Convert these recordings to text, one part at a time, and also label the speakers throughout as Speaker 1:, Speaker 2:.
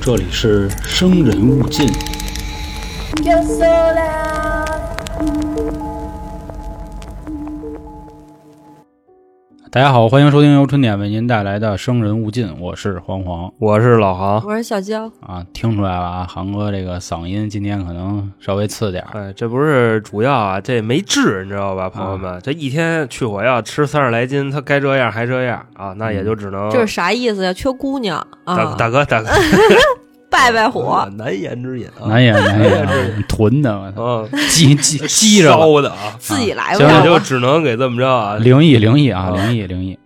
Speaker 1: 这里是《生人勿进》。
Speaker 2: Yo sola,
Speaker 1: 大家好，欢迎收听由春点为您带来的《生人勿进》，我是黄黄
Speaker 3: 我是老航。
Speaker 4: 我是小娇，
Speaker 1: 啊。听出来了啊，航哥这个嗓音今天可能稍微次点儿，
Speaker 3: 哎，这不是主要啊，这没治，你知道吧，朋友们？这一天去火药吃三十来斤，他该这样还这样啊，那也就只能、
Speaker 4: 这是啥意思呀？缺姑娘
Speaker 3: 大
Speaker 4: 啊，
Speaker 3: 大哥大哥
Speaker 4: 拜拜火，
Speaker 3: 难言之隐啊，
Speaker 1: 难掩 难掩，囤的，我操
Speaker 3: 嗯，
Speaker 1: 积积积着 了，
Speaker 3: 烧的啊，
Speaker 4: 自己来
Speaker 1: 行
Speaker 3: 这
Speaker 1: 那
Speaker 4: 吧。
Speaker 3: 就只能给这么着啊。
Speaker 1: 灵异灵异啊，
Speaker 3: 啊
Speaker 1: 灵异灵异。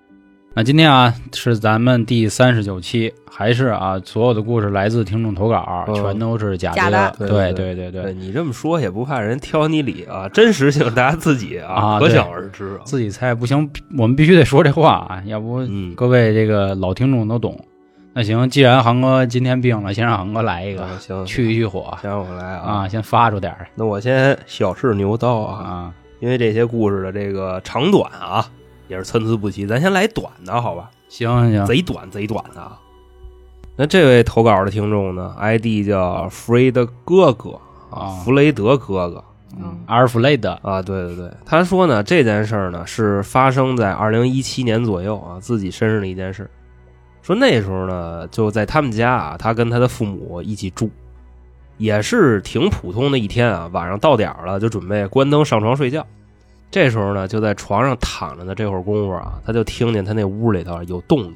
Speaker 1: 那今天啊，是咱们第三十九期，还是啊，所有的故事来自听众投稿，
Speaker 3: 嗯
Speaker 1: 全都是假
Speaker 4: 假
Speaker 1: 的
Speaker 4: 的，
Speaker 3: 对
Speaker 1: 哦对
Speaker 3: 对
Speaker 1: 对
Speaker 3: 对
Speaker 1: 对，
Speaker 3: 你这么说也不怕人挑你理啊，真实性大家自己
Speaker 1: 啊
Speaker 3: 啊，可
Speaker 1: 对
Speaker 3: 想而知啊。
Speaker 1: 自己猜不行，我们必须得说这话啊，要不
Speaker 3: 嗯，
Speaker 1: 各位这个老听众都懂。那行，既然航哥今天病了，先让航哥来一个，
Speaker 3: 啊行
Speaker 1: 去一去火
Speaker 3: 先让我来
Speaker 1: 啊，，先发出点儿
Speaker 3: 那我先小试牛刀啊，
Speaker 1: 啊。
Speaker 3: 因为这些故事的这个长短啊，也是参差不齐，咱先来短的好吧？
Speaker 1: 行行，
Speaker 3: 贼短贼短的。啊。那这位投稿的听众呢，ID 叫弗雷德哥哥
Speaker 1: 啊
Speaker 3: 啊，弗雷德哥哥
Speaker 1: 嗯阿尔弗雷德
Speaker 3: 啊，对对对，他说呢，这件事儿呢是发生在二零一七年左右啊，自己身上的一件事。说那时候呢，就在他们家啊，他跟他的父母一起住，也是挺普通的一天啊。晚上到点儿了，就准备关灯上床睡觉。这时候呢，就在床上躺着的这会儿功夫啊，他就听见他那屋里头有动静。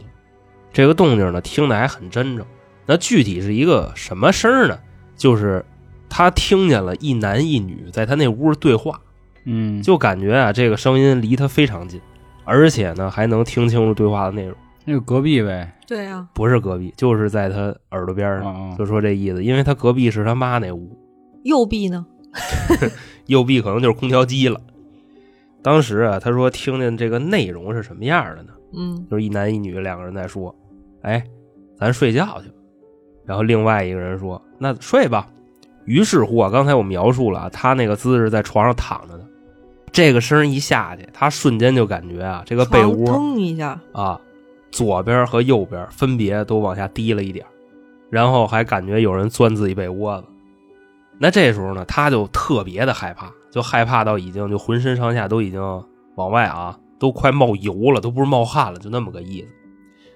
Speaker 3: 这个动静呢，听得还很真着。那具体是一个什么声儿呢？就是他听见了一男一女在他那屋对话。
Speaker 1: 嗯，
Speaker 3: 就感觉啊，这个声音离他非常近，而且呢还能听清楚对话的内容，
Speaker 1: 那个隔壁呗，
Speaker 4: 对啊呀，
Speaker 3: 不是隔壁，就是在他耳朵边上，
Speaker 1: 啊
Speaker 3: 就说这意思。因为他隔壁是他妈那屋，
Speaker 4: 右臂呢？
Speaker 3: 右臂可能就是空调机了。当时啊，他说听见这个内容是什么样的呢？
Speaker 4: 嗯，
Speaker 3: 就是一男一女两个人在说：“哎，咱睡觉去吧。”然后另外一个人说：“那睡吧。”于是乎啊，刚才我描述了啊他那个姿势在床上躺着的，这个声一下去，他瞬间就感觉啊，这个被
Speaker 4: 床
Speaker 3: 窝
Speaker 4: 腾一下，
Speaker 3: 啊，左边和右边分别都往下低了一点儿，然后还感觉有人钻自己被窝子。那这时候呢，他就特别的害怕，就害怕到已经就浑身上下都已经往外啊，都快冒油了，都不是冒汗了，就那么个意思。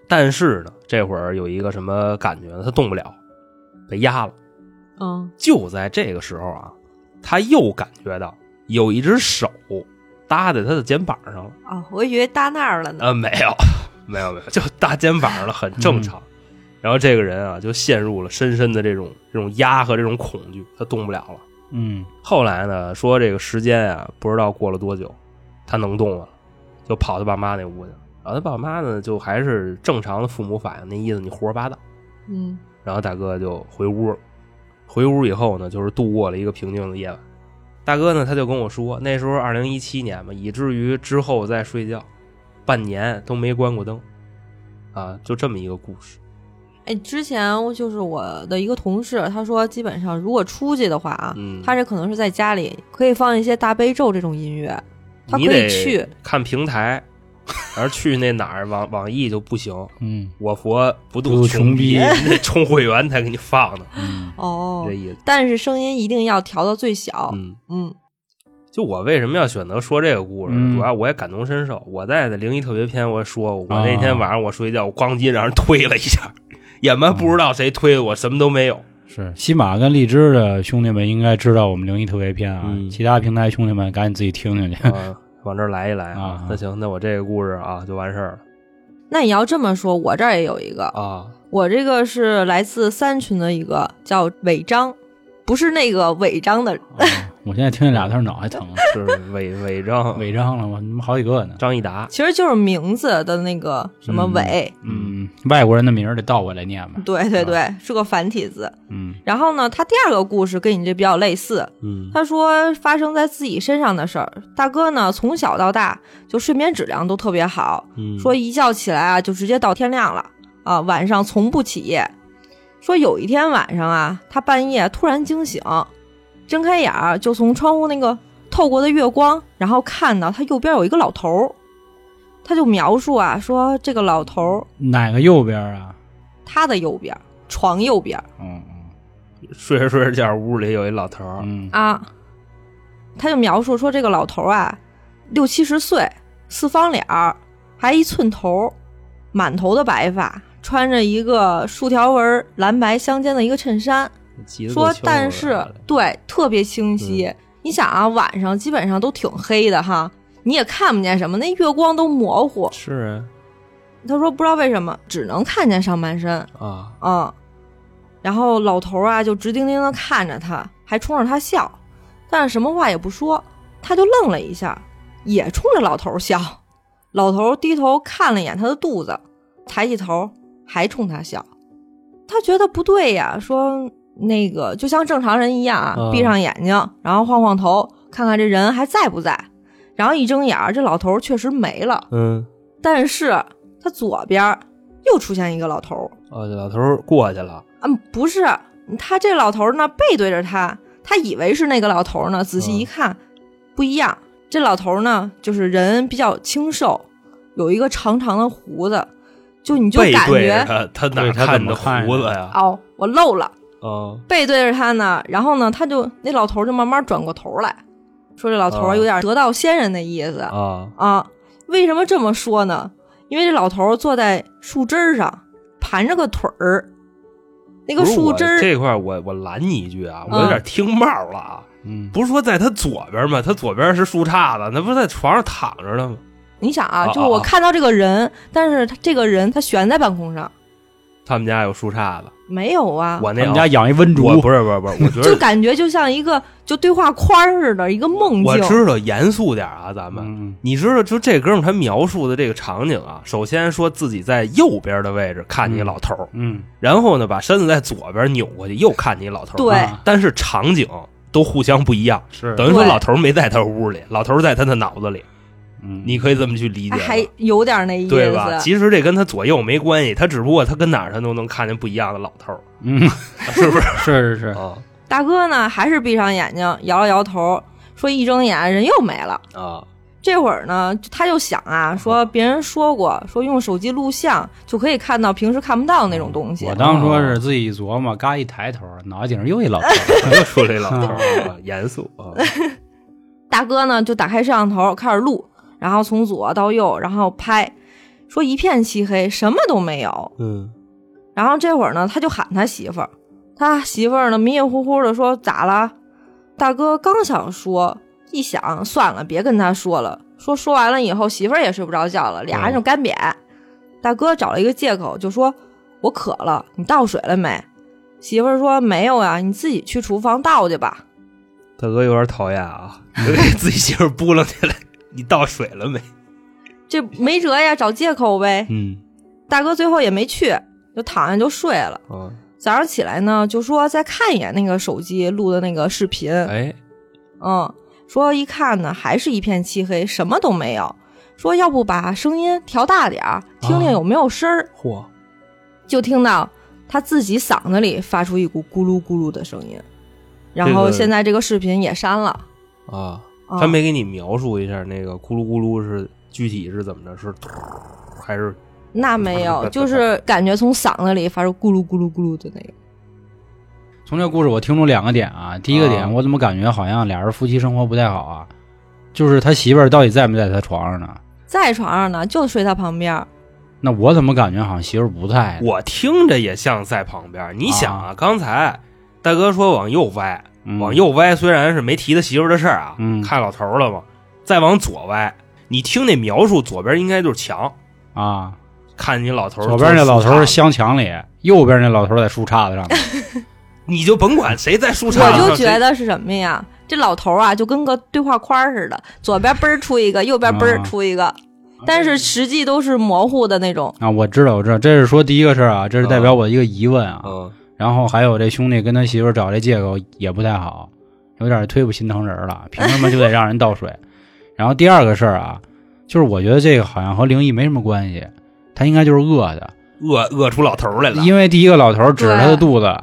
Speaker 3: 但是呢，这会儿有一个什么感觉呢？他动不了，被压了。
Speaker 4: 嗯，
Speaker 3: 就在这个时候啊，他又感觉到有一只手搭在他的肩膀上了。
Speaker 4: 啊，我以为搭那儿了呢。
Speaker 3: 呃，没有，没有，没有，就搭肩膀上了，很正常。然后这个人啊，就陷入了深深的这种这种压和这种恐惧，他动不了了。
Speaker 1: 嗯
Speaker 3: 后来呢，说这个时间啊，不知道过了多久，他能动了，就跑他爸妈那屋去了。然后他爸妈呢，就还是正常的父母反应，那意思你胡说八道。
Speaker 4: 嗯，
Speaker 3: 然后大哥就回屋了。回屋以后呢，就是度过了一个平静的夜晚。大哥呢，他就跟我说，那时候二零一七年嘛，以至于之后再睡觉，半年都没关过灯，啊，就这么一个故事。
Speaker 4: 哎，之前就是我的一个同事，他说基本上如果出去的话啊，
Speaker 3: 嗯
Speaker 4: 他这可能是在家里可以放一些大悲咒这种音乐，他
Speaker 3: 你
Speaker 4: 可以
Speaker 3: 得
Speaker 4: 去
Speaker 3: 看平台，而去那哪儿网网易就不行，
Speaker 1: 嗯
Speaker 3: 我佛不
Speaker 1: 不
Speaker 3: 渡
Speaker 1: 渡穷逼
Speaker 3: 逼，你得充会员才给你放呢，
Speaker 1: 嗯，
Speaker 4: 哦
Speaker 3: 这，意思。
Speaker 4: 但是声音一定要调到最小。
Speaker 3: 嗯，
Speaker 4: 嗯
Speaker 3: 就我为什么要选择说这个故事，
Speaker 1: 嗯
Speaker 3: 主要我也感同身受。我在的灵异特别篇我也说过，
Speaker 1: 啊
Speaker 3: 我那天晚上我睡觉，我咣叽让人推了一下， 也妈不知道谁推的我，什么都没有。
Speaker 1: 是西马跟荔枝的兄弟们应该知道我们灵异特别篇啊，
Speaker 3: 嗯
Speaker 1: 其他平台兄弟们赶紧自己听听去。
Speaker 3: 啊， 往这儿来一来
Speaker 1: 啊
Speaker 3: 那行，那我这个故事啊就完事儿
Speaker 4: 那你要这么说，我这儿也有一个
Speaker 3: 了啊。
Speaker 4: 我这个是来自三群的一个叫违章，不是那个违章的，
Speaker 1: 啊 我现在听这俩字儿脑还疼，
Speaker 3: 是 违违章，
Speaker 1: 违章了，我他妈好几个呢。
Speaker 3: 张 益达，
Speaker 4: 其实就是名字的那个什么违。
Speaker 1: 嗯，外国人的名儿得倒过来念吧。
Speaker 4: 对对对，是个繁体字。
Speaker 1: 嗯
Speaker 4: 然后呢，他第二个故事跟你这比较类似。
Speaker 3: 嗯
Speaker 4: 他说发生在自己身上的事儿。大哥呢，从小到大就睡眠质量都特别好，
Speaker 3: 嗯
Speaker 4: 说一觉起来啊，就直接到天亮了啊，晚上从不起夜。说有一天晚上啊，他半夜突然惊醒，睁开眼儿就从窗户那个透过的月光，然后看到他右边有一个老头儿，他就描述啊，说这个老头儿
Speaker 1: 嗯哪个右边啊？
Speaker 4: 他的右边床右边
Speaker 1: 嗯嗯
Speaker 3: 睡着睡着觉，屋里有一老头儿，
Speaker 1: 嗯
Speaker 4: 啊。他就描述说，这个老头啊，六七十岁，四方脸儿，还一寸头，满头的白发，穿着一个竖条纹蓝白相间的一个衬衫，
Speaker 3: 急得够
Speaker 4: 说
Speaker 3: 呛，
Speaker 4: 但是对特别清晰。你想啊，晚上基本上都挺黑的哈，你也看不见什么，那月光都模糊。
Speaker 3: 是啊
Speaker 4: 他说不知道为什么只能看见上半身，
Speaker 3: 啊啊，
Speaker 4: 嗯。然后老头儿啊就直盯盯的看着他，还冲着他笑，但是什么话也不说，他就愣了一下，也冲着老头儿笑。老头儿低头看了一眼他的肚子，抬起头还冲他笑。他觉得不对呀，说那个就像正常人一样啊
Speaker 3: 嗯，
Speaker 4: 闭上眼睛，然后晃晃头，看看这人还在不在。然后一睁眼儿，这老头儿确实没了。
Speaker 3: 嗯，
Speaker 4: 但是他左边儿又出现一个老头儿，
Speaker 3: 哦，这老头儿过去了，
Speaker 4: 嗯，不是，他这老头儿呢背对着他，他以为是那个老头儿呢，仔
Speaker 3: 嗯
Speaker 4: 细一看、不一样，这老头儿呢就是人比较清瘦，有一个长长的胡子，就你就
Speaker 3: 背
Speaker 4: 感
Speaker 3: 对着
Speaker 4: 觉
Speaker 3: 他，他哪
Speaker 1: 对他
Speaker 3: 看
Speaker 1: 怎
Speaker 3: 你
Speaker 1: 么
Speaker 3: 的
Speaker 1: 看
Speaker 3: 胡子
Speaker 1: 着
Speaker 3: 呀？
Speaker 4: 哦，我漏了，
Speaker 3: 啊，
Speaker 4: 背对着他呢，然后呢他就那老头儿就慢慢转过头来，说这老头
Speaker 3: 啊
Speaker 4: 儿有点得道仙人的意思，
Speaker 3: 啊
Speaker 4: 啊，为什么这么说呢？因为这老头儿坐在树枝儿上，盘着个腿儿，那个
Speaker 3: 不是
Speaker 4: 树
Speaker 3: 我
Speaker 4: 枝儿
Speaker 3: 这块儿我我拦你一句啊，我
Speaker 4: 嗯
Speaker 3: 有点听冒了啊。
Speaker 1: 嗯，
Speaker 3: 不是说在他左边吗？他左边是树杈子，那不是在床上躺着呢吗？
Speaker 4: 你想啊，
Speaker 3: 啊
Speaker 4: 就是我
Speaker 3: 啊啊
Speaker 4: 看到这个人，但是他这个人他悬在半空上，
Speaker 3: 他们家有树杈子，
Speaker 4: 没有啊，
Speaker 3: 我那
Speaker 1: 他们家养一温
Speaker 3: 我
Speaker 1: 竹，
Speaker 3: 不是不是不是，我觉
Speaker 4: 就
Speaker 3: 得
Speaker 4: 感觉就像一个就对话框儿似的，一个梦
Speaker 3: 我
Speaker 4: 境。
Speaker 3: 知道严肃点啊，咱们。
Speaker 1: 嗯，
Speaker 3: 你知道，就这哥们儿他描述的这个场景啊，首先说自己在右边的位置看你老头儿，
Speaker 1: 嗯
Speaker 3: 然后呢把身子在左边扭过去又看你老头儿，
Speaker 4: 对
Speaker 1: 啊
Speaker 3: 但是场景都互相不一样，
Speaker 1: 是
Speaker 3: 等于说
Speaker 4: 对
Speaker 3: 老头儿没在他屋里，老头儿在他的脑子里，
Speaker 1: 嗯
Speaker 3: 你可以这么去理解
Speaker 4: 哎
Speaker 3: 吧，
Speaker 4: 还有点那意
Speaker 3: 对吧？
Speaker 4: 思，
Speaker 3: 其实这跟他左右没关系，他只不过他跟哪儿他都能看见不一样的老头儿，
Speaker 1: 嗯
Speaker 3: 是不是
Speaker 1: 是是是，
Speaker 3: 啊
Speaker 4: 大哥呢还是闭上眼睛，摇了摇头，说一睁眼人又没了。
Speaker 3: 啊？
Speaker 4: 这会儿呢，就他就想啊，说别人说过，说用手机录像就可以看到平时看不到的那种东西
Speaker 1: 我。当说是自己一琢磨，嘎一抬头，脑袋顶上又一老 头，
Speaker 3: 又说这老头儿啊，严肃啊，
Speaker 4: 大哥呢就打开摄像头开始录，然后从左到右，然后拍，说一片漆黑，什么都没有。
Speaker 3: 嗯
Speaker 4: 然后这会儿呢，他就喊他媳妇儿，他媳妇儿呢迷迷糊糊的说咋了？大哥刚想说，一想算了，别跟他说了。说说完了以后，媳妇儿也睡不着觉了，俩
Speaker 3: 嗯
Speaker 4: 人就干瘪。大哥找了一个借口，就说：“我渴了，你倒水了没？”媳妇儿说：“没有呀，你自己去厨房倒去吧。
Speaker 3: 大哥有点讨厌啊，就给自己媳妇儿扑棱起来，你倒水了没？”
Speaker 4: 这没辙呀，找借口呗。
Speaker 3: 嗯
Speaker 4: 大哥最后也没去，就躺下就睡了。
Speaker 3: 啊，
Speaker 4: 早上起来呢，就说再看一眼那个手机录的那个视频，
Speaker 3: 哎，
Speaker 4: 嗯，说一看呢，还是一片漆黑，什么都没有。说要不把声音调大点儿，听
Speaker 3: 啊
Speaker 4: 听有没有声儿。
Speaker 3: 嚯，
Speaker 4: 就听到他自己嗓子里发出一股咕噜咕噜的声音。然
Speaker 3: 这
Speaker 4: 后
Speaker 3: 个
Speaker 4: 现在这个视频也删了。
Speaker 3: 啊，
Speaker 4: 啊
Speaker 3: 他没给你描述一下那个咕噜咕噜是具体是怎么着？是突还是
Speaker 4: 那 没有，就是感觉从嗓子里发出咕噜咕噜咕噜的那个。
Speaker 1: 从这故事我听出两个点啊，第一个点，
Speaker 3: 啊
Speaker 1: 我怎么感觉好像俩人夫妻生活不太好啊？就是他媳妇儿到底在没在他床上呢？
Speaker 4: 在床上呢，就睡他旁边儿。
Speaker 1: 那我怎么感觉好像媳妇儿不在呢？
Speaker 3: 我听着也像在旁边。你想
Speaker 1: 啊
Speaker 3: 啊，刚才大哥说往右歪，
Speaker 1: 嗯
Speaker 3: 往右歪虽然是没提他媳妇儿的事儿啊，
Speaker 1: 嗯
Speaker 3: 看老头儿了嘛，再往左歪，你听那描述，左边应该就是墙，
Speaker 1: 啊，
Speaker 3: 看你老头儿
Speaker 1: 左边那老头
Speaker 3: 坐
Speaker 1: 儿
Speaker 3: 树杈子
Speaker 1: 镶墙里，右边那老头儿在树杈子上。
Speaker 3: 你就甭管谁在树杈子
Speaker 4: 我
Speaker 3: 上，
Speaker 4: 就
Speaker 3: 谁
Speaker 4: 觉得是什么呀？这老头啊，就跟个对话框儿似的，左边嘣儿出一个，右边嘣儿
Speaker 3: 啊
Speaker 4: 出一个，但是实际都是模糊的那种。
Speaker 1: 啊，我知道，我知道，这是说第一个事儿啊，这是代表我一个疑问啊。
Speaker 3: 嗯，
Speaker 1: 然后还有这兄弟跟他媳妇儿找这借口也不太好，有点忒不心疼人了，凭什么就得让人倒水？ 然后第二个事儿啊，就是我觉得这个好像和灵异没什么关系，他应该就是饿的，
Speaker 3: 饿饿出老头儿来了，
Speaker 1: 因为第一个老头儿指着他的
Speaker 4: 对
Speaker 1: 肚子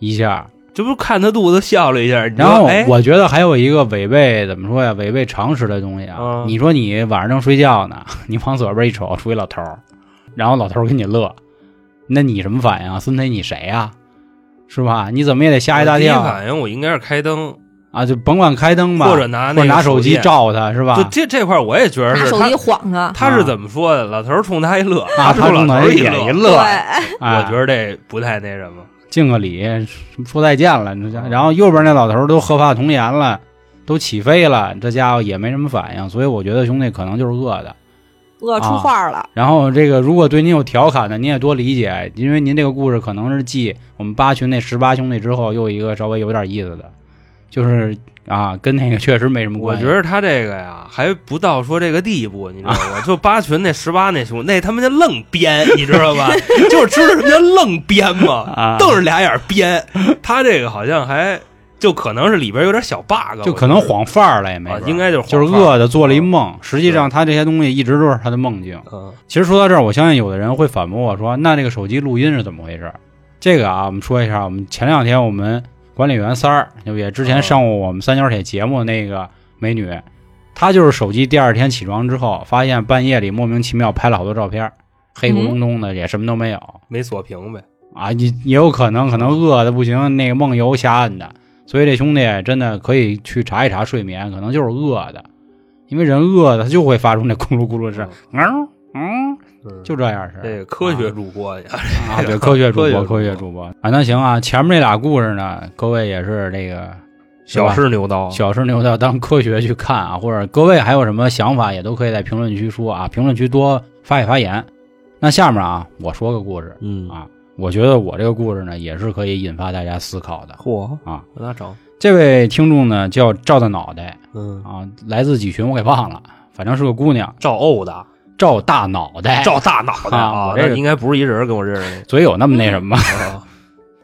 Speaker 1: 一下，
Speaker 3: 这不是看他肚子笑了一下，你说
Speaker 1: 然后
Speaker 3: 哎，
Speaker 1: 我觉得还有一个违背怎么说呀，违背常识的东西啊。
Speaker 3: 嗯
Speaker 1: 你说 你晚上正睡觉呢，你往左边一瞅，出一老头儿，然后老头儿给你乐，那你什么反应啊？孙子，你谁呀、是吧？你怎么也得吓一大
Speaker 3: 我第一
Speaker 1: 跳
Speaker 3: 反应我应该是开灯，
Speaker 1: 啊！就甭管开灯吧，
Speaker 3: 或者拿
Speaker 1: 或
Speaker 3: 那
Speaker 1: 者
Speaker 3: 个
Speaker 1: 拿手机
Speaker 3: 电。
Speaker 1: 照他，是吧？
Speaker 3: 就这这块儿我也觉得
Speaker 4: 拿
Speaker 3: 是
Speaker 4: 手
Speaker 3: 他
Speaker 4: 机晃啊他，
Speaker 3: 他是怎么说的？老头儿冲他一乐，
Speaker 1: 啊，
Speaker 3: 冲老
Speaker 1: 冲
Speaker 3: 头
Speaker 1: 他
Speaker 3: 儿
Speaker 1: 也
Speaker 3: 乐
Speaker 1: 一。
Speaker 4: 对，
Speaker 1: 乐，哎
Speaker 3: 我觉得这不太那什么。
Speaker 1: 敬个礼，说再见了。这家然后右边那老头都合法童颜了，都起飞了，这家伙也没什么反应，所以我觉得兄弟可能就是饿的。
Speaker 4: 饿出画了，
Speaker 1: 然后这个如果对您有调侃的，您也多理解，因为您这个故事可能是继我们八群那十八兄弟之后又一个稍微有点意思的，就是啊，跟那个确实没什么
Speaker 3: 我
Speaker 1: 关
Speaker 3: 觉
Speaker 1: 系。
Speaker 3: 得他这个呀，还不到说这个地步，你知 道吗？就八群那十八那兄那他妈叫愣编，你知道吧？ 就是知道什么叫愣编
Speaker 1: 啊
Speaker 3: 吗？瞪着俩眼儿编。他这个好像还就可能是里边有点小 bug，
Speaker 1: 就
Speaker 3: 我
Speaker 1: 可能晃范儿了，也没
Speaker 3: 啊
Speaker 1: 准儿、
Speaker 3: 应该就是
Speaker 1: 就是
Speaker 3: 晃范儿啊
Speaker 1: 饿的做了一梦。实际上他这些东西一直都是他的梦境。
Speaker 3: 嗯
Speaker 1: 其实说到这儿，我相信有的人会反驳我说：“那这个手机录音是怎么回事儿？”这个啊，我们说一下，我们前两天我们管理员三儿，就也之前上过我们三角铁节目那个美女，她就是手机第二天起床之后，发现半夜里莫名其妙拍了好多照片儿，黑咕隆咚的，也什么都没有
Speaker 3: 没锁屏呗。
Speaker 1: 啊，也也有可能可能饿的不行，那个梦游瞎按的，所以这兄弟真的可以去查一查睡眠，可能就是饿的，因为人饿的他就会发出那咕噜咕噜声，嗯嗯，
Speaker 3: 嗯
Speaker 1: 就这样式儿。
Speaker 3: 这个科学主播呀，
Speaker 1: 啊，对，科学主
Speaker 3: 科学
Speaker 1: 播，
Speaker 3: 主
Speaker 1: 科
Speaker 3: 播
Speaker 1: 学主播啊，那行啊，前面这俩故事呢，各位也是这个是吧
Speaker 3: 小试牛刀。
Speaker 1: 小时牛要当科学去看啊，或者各位还有什么想法，也都可以在评论区说啊，评论区多发一发言。那下面啊，我说个故事
Speaker 3: 嗯
Speaker 1: 啊，我觉得我这个故事呢，也是可以引发大家思考的。
Speaker 3: 嚯
Speaker 1: 啊，
Speaker 3: 往哪找？
Speaker 1: 这位听众呢叫赵大脑袋
Speaker 3: 嗯，
Speaker 1: 啊，来自几群我给忘了，反正是个姑娘，
Speaker 3: 赵殴的，
Speaker 1: 赵大脑袋，
Speaker 3: 赵大脑袋
Speaker 1: 啊
Speaker 3: 啊
Speaker 1: 我，这
Speaker 3: 那
Speaker 1: 个
Speaker 3: 应该不是一人跟我认识
Speaker 1: 嘴有那么那什么吗？
Speaker 3: 那个啊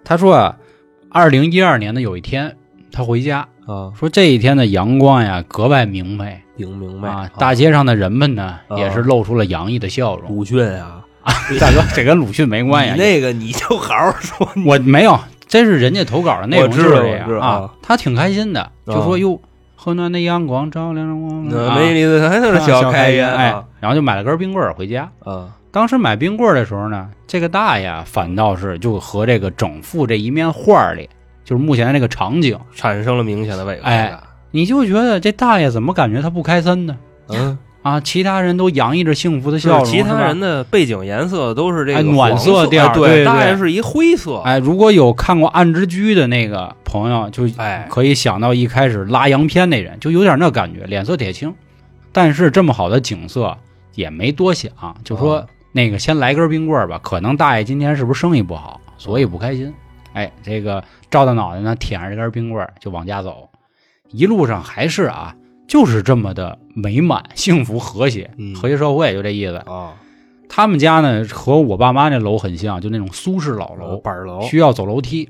Speaker 1: 他说啊，二零一二年的有一天，他回家，
Speaker 3: 啊，
Speaker 1: 说这一天的阳光呀格外明媚
Speaker 3: 明明白
Speaker 1: 啊，大街上的人们呢、
Speaker 3: 啊
Speaker 1: 也是露出了洋溢的笑 容。
Speaker 3: 鲁迅啊，
Speaker 1: 大哥，这跟鲁迅没关
Speaker 3: 你
Speaker 1: 系，啊
Speaker 3: 那个你就好好说，
Speaker 1: 我没有，这是人家投稿的内容
Speaker 3: 我
Speaker 1: 就
Speaker 3: 知道
Speaker 1: 是这
Speaker 3: 我知
Speaker 1: 样
Speaker 3: 道
Speaker 1: 啊
Speaker 3: 啊。
Speaker 1: 他挺开心的，就说
Speaker 3: 啊
Speaker 1: 哟，河南的阳光照亮了我们，
Speaker 3: 没
Speaker 1: 啊
Speaker 3: 意思，还是
Speaker 1: 啊
Speaker 3: 小开
Speaker 1: 烟，
Speaker 3: 颜
Speaker 1: 哎
Speaker 3: 啊，
Speaker 1: 然后就买了根冰棍儿回家。
Speaker 3: 啊
Speaker 1: 当时买冰棍儿的时候呢，这个大爷啊反倒是就和这个整幅这一面画儿里，就是目前这个场景，
Speaker 3: 产生了明显的违和
Speaker 1: 哎
Speaker 3: 感。
Speaker 1: 你就觉得这大爷怎么感觉他不开森呢？
Speaker 3: 嗯，
Speaker 1: 啊，其他人都洋溢着幸福的
Speaker 3: 就
Speaker 1: 笑容，
Speaker 3: 是其他人
Speaker 1: 是吧
Speaker 3: 的背景颜色都是这
Speaker 1: 哎
Speaker 3: 个
Speaker 1: 暖
Speaker 3: 黄
Speaker 1: 色
Speaker 3: 色
Speaker 1: 调
Speaker 3: 哎
Speaker 1: 对对
Speaker 3: 对，大概是一灰色。
Speaker 1: 哎，如果有看过《暗之居》的那个朋友，就
Speaker 3: 哎，
Speaker 1: 可以想到一开始拉洋片那人，就有点那感觉，脸色铁青。但是这么好的景色也没多想，就说、
Speaker 3: 哦
Speaker 1: 那个先来根冰棍儿吧，可能大爷今天是不是生意不好，所以不开心。哎，这个赵大脑袋呢，舔着这根冰棍儿就往家走，一路上还是啊，就是这么的美满、 幸福、和谐，
Speaker 3: 嗯
Speaker 1: 和谐社会就这意思。
Speaker 3: 啊，
Speaker 1: 他们家呢和我爸妈那楼很像，就那种苏式老楼，
Speaker 3: 板楼
Speaker 1: 需要走楼梯。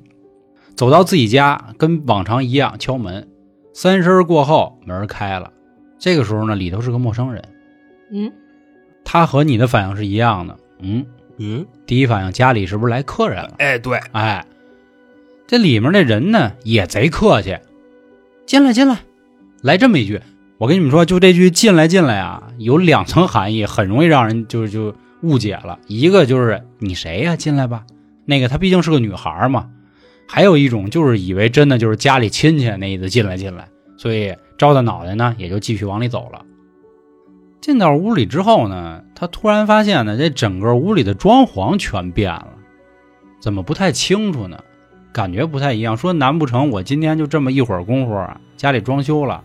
Speaker 1: 走到自己家，跟往常一样敲门，三声过后门儿开了。这个时候呢，里头是个陌生人，
Speaker 4: 嗯，
Speaker 1: 他和你的反应是一样的。嗯，
Speaker 3: 嗯，
Speaker 1: 第一反应家里是不是来客人了？
Speaker 3: 哎，对，
Speaker 1: 哎，这里面那人呢也贼客气，进来进来，来这么一句。我跟你们说，就这句“进来进来”啊，有两层含义，很容易让人就就误解了。一个就是你谁呀、进来吧。那个她毕竟是个女孩儿嘛。还有一种就是以为真的就是家里亲戚那意思，进来进来。所以招的脑袋呢，也就继续往里走了。进到屋里之后呢，他突然发现呢，这整个屋里的装潢全变了。怎么不太清楚呢？感觉不太一样。说难不成我今天就这么一会儿功夫啊，家里装修了，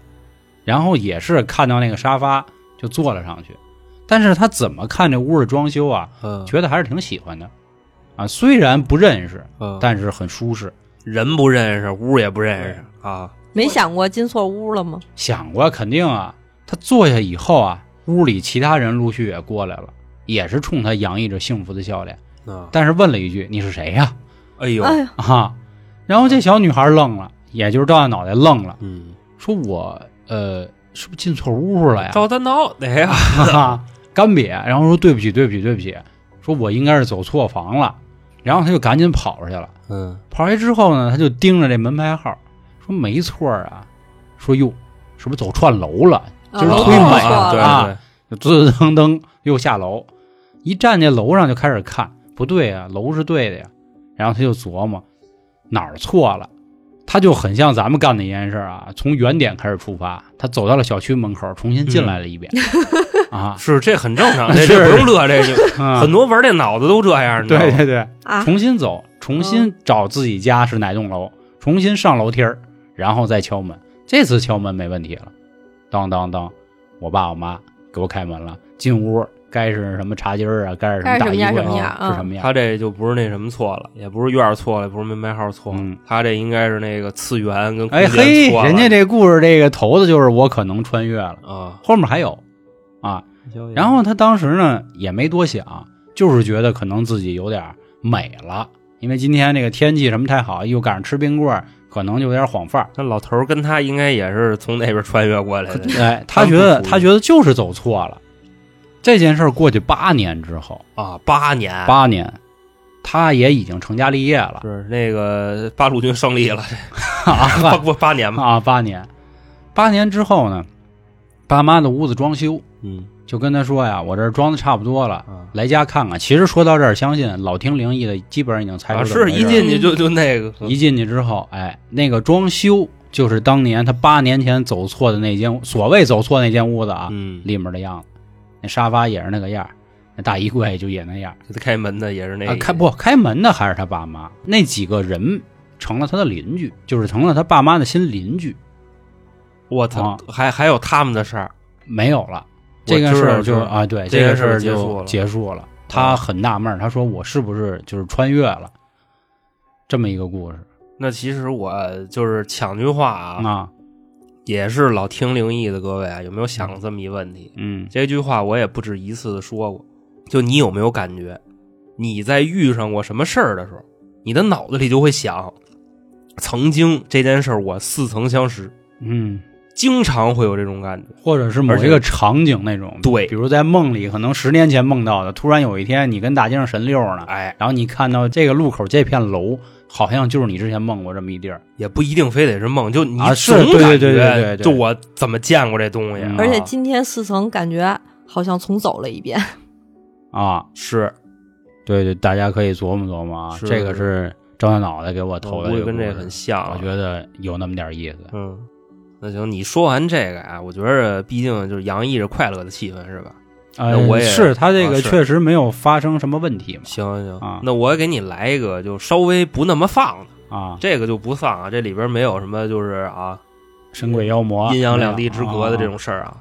Speaker 1: 然后也是看到那个沙发就坐了上去。但是他怎么看这屋的装修啊，
Speaker 3: 嗯，
Speaker 1: 觉得还是挺喜欢的啊。虽然不认识，
Speaker 3: 嗯
Speaker 1: 但是很舒适。
Speaker 3: 人不认识，屋也不认识啊，
Speaker 4: 没想过进错屋了吗？
Speaker 1: 想过肯定啊，他坐下以后啊，屋里其他人陆续也过来了，也是冲他洋溢着幸福的笑脸，
Speaker 3: 啊，
Speaker 1: 但是问了一句：“你是谁呀、
Speaker 3: 哎呦，
Speaker 4: 哎呀，
Speaker 1: 啊，然后这小女孩愣了，也就是照大脑袋愣了，
Speaker 3: 嗯，
Speaker 1: 说我呃是不是进错屋了呀？
Speaker 3: 赵丹脑袋呀，
Speaker 1: 啊， 干瘪，然后说对不起，对不起，对不起，说我应该是走错房了，然后他就赶紧跑出去了。
Speaker 3: 嗯，
Speaker 1: 跑出去之后呢，他就盯着这门牌号，说没错儿啊，说哟，是不是走串楼了？就
Speaker 4: 啊
Speaker 1: 是
Speaker 3: 嗯
Speaker 4: 楼
Speaker 1: 推
Speaker 4: 道
Speaker 1: 门
Speaker 4: 错
Speaker 3: 啊
Speaker 4: 了
Speaker 1: 啊，就噔噔噔噔又下楼，一站这楼上就开始看，不对啊，楼是对的呀。然后他就琢磨哪儿错了，他就很像咱们干的一件事儿啊，从原点开始出发，他走到了小区门口，重新进来了一 遍、 啊
Speaker 3: 是这很正常，这
Speaker 1: 是
Speaker 3: 这不用乐这个，
Speaker 1: 啊，
Speaker 3: 很多玩电脑的都这样，你知道
Speaker 1: 对
Speaker 3: 吗？
Speaker 1: 对对，
Speaker 4: 啊，
Speaker 1: 重新走，重新找自己家是哪栋楼，重新上楼梯儿，然后再敲门。这次敲门没问题了，当当当，我爸我妈给我开门了，进屋该是什么茶几儿啊，该是什么大衣
Speaker 4: 该是
Speaker 1: 柜
Speaker 4: 什么样
Speaker 1: 啊，是
Speaker 4: 什
Speaker 1: 什么样？
Speaker 3: 他这就不是那什么错了，也不是院儿错了，也不是门牌号错了，
Speaker 1: 嗯
Speaker 3: 他这应该是那个次元跟空
Speaker 1: 哎
Speaker 3: 间
Speaker 1: 嘿，
Speaker 3: 错了
Speaker 1: 人家这故事这个头子就是我可能穿越了，
Speaker 3: 啊，
Speaker 1: 后面还有啊。
Speaker 3: 嗯
Speaker 1: 然后他当时呢也没多想，就是觉得可能自己有点儿美了，因为今天这个天气什么太好，又赶上吃冰棍儿，可能就有点晃范儿。
Speaker 3: 那老头儿跟他应该也是从那边穿越过 来的
Speaker 1: 哎，他觉得
Speaker 3: 他们不服
Speaker 1: 他觉得就是走错了。这件事儿过去八年之后，
Speaker 3: 啊，八年
Speaker 1: 八年，他也已经成家立业了
Speaker 3: 是那个八路军胜利了， 八
Speaker 1: 啊
Speaker 3: 不八年吧？
Speaker 1: 啊！八年，八年之后呢，爸妈的屋子装修，
Speaker 3: 嗯
Speaker 1: 就跟他说呀：“我这儿装的差不多了，
Speaker 3: 啊，
Speaker 1: 来家看看。”其实说到这儿，相信老听灵异的，基本上已经猜出
Speaker 3: 啊
Speaker 1: 来
Speaker 3: 是一进去就就那个
Speaker 1: 嗯一进去之后，哎，那个装修就是当年他八年前走错的那间，所谓走错那间屋子啊，
Speaker 3: 嗯，
Speaker 1: 里面的样子，那沙发也是那个样儿，那大衣柜就也那样儿。
Speaker 3: 这开门的也是那
Speaker 1: 啊，开不开门的还是他爸妈，那几个人成了他的邻居，就是成了他爸妈的新邻居，
Speaker 3: 我操，
Speaker 1: 啊
Speaker 3: 还还有他们的事儿，
Speaker 1: 没有了。
Speaker 3: 我
Speaker 1: 这
Speaker 3: 知道
Speaker 1: 个事儿
Speaker 3: 知
Speaker 1: 就
Speaker 3: 道
Speaker 1: 是啊，对，
Speaker 3: 这
Speaker 1: 这
Speaker 3: 个
Speaker 1: 个
Speaker 3: 事儿
Speaker 1: 儿
Speaker 3: 结束
Speaker 1: 就
Speaker 3: 了嗯
Speaker 1: 结束了。他很纳闷儿，他说我是不是就是穿越了？这么一个故事
Speaker 3: 那其实我就是抢句话啊，
Speaker 1: 啊，
Speaker 3: 也是老听灵异的各位啊，有没有想过这么一问题？
Speaker 1: 嗯
Speaker 3: 这句话我也不止一次的说过，就你有没有感觉，你在遇上过什么事儿的时候，你的脑子里就会想，曾经这件事儿我似曾相识，
Speaker 1: 嗯，
Speaker 3: 经常会有这种感觉。
Speaker 1: 或者是某
Speaker 3: 而且
Speaker 1: 一个场景那种，
Speaker 3: 对
Speaker 1: 比如在梦里，可能十年前梦到的，突然有一天你跟大街上神溜呢，
Speaker 3: 哎，
Speaker 1: 然后你看到这个路口这片楼，好像就是你之前梦过这么一地儿，
Speaker 3: 也不一定非得是梦，就你
Speaker 1: 啊是
Speaker 3: 总感
Speaker 1: 对
Speaker 3: 觉，
Speaker 1: 对对对对对
Speaker 3: 就我怎么见过这东西啊、
Speaker 1: 嗯
Speaker 4: 而且今天四层感觉好像重走了一遍，
Speaker 1: 啊，
Speaker 3: 是
Speaker 1: 对对，大家可以琢磨琢磨啊，
Speaker 3: 是
Speaker 1: 这个是张大脑袋给我投
Speaker 3: 头
Speaker 1: 的
Speaker 3: 估
Speaker 1: 一
Speaker 3: 计
Speaker 1: 个故事，
Speaker 3: 跟这很像、啊
Speaker 1: 我觉
Speaker 3: 得，
Speaker 1: 得有那么点意思。
Speaker 3: 嗯，那行，你说完这个啊，我觉着毕竟就是洋溢着快乐的气氛，是吧？
Speaker 1: 呃
Speaker 3: 哎那我也
Speaker 1: 是他这
Speaker 3: 啊
Speaker 1: 个
Speaker 3: 是
Speaker 1: 确实没有发生什么问题嘛
Speaker 3: 行行，
Speaker 1: 啊
Speaker 3: 那我给你来一个，就稍微不那么放的，
Speaker 1: 啊，
Speaker 3: 这个就不放啊，这里边没有什么就是啊
Speaker 1: 神鬼妖魔、
Speaker 3: 阴阳两地之隔的这
Speaker 1: 啊
Speaker 3: 种事儿啊。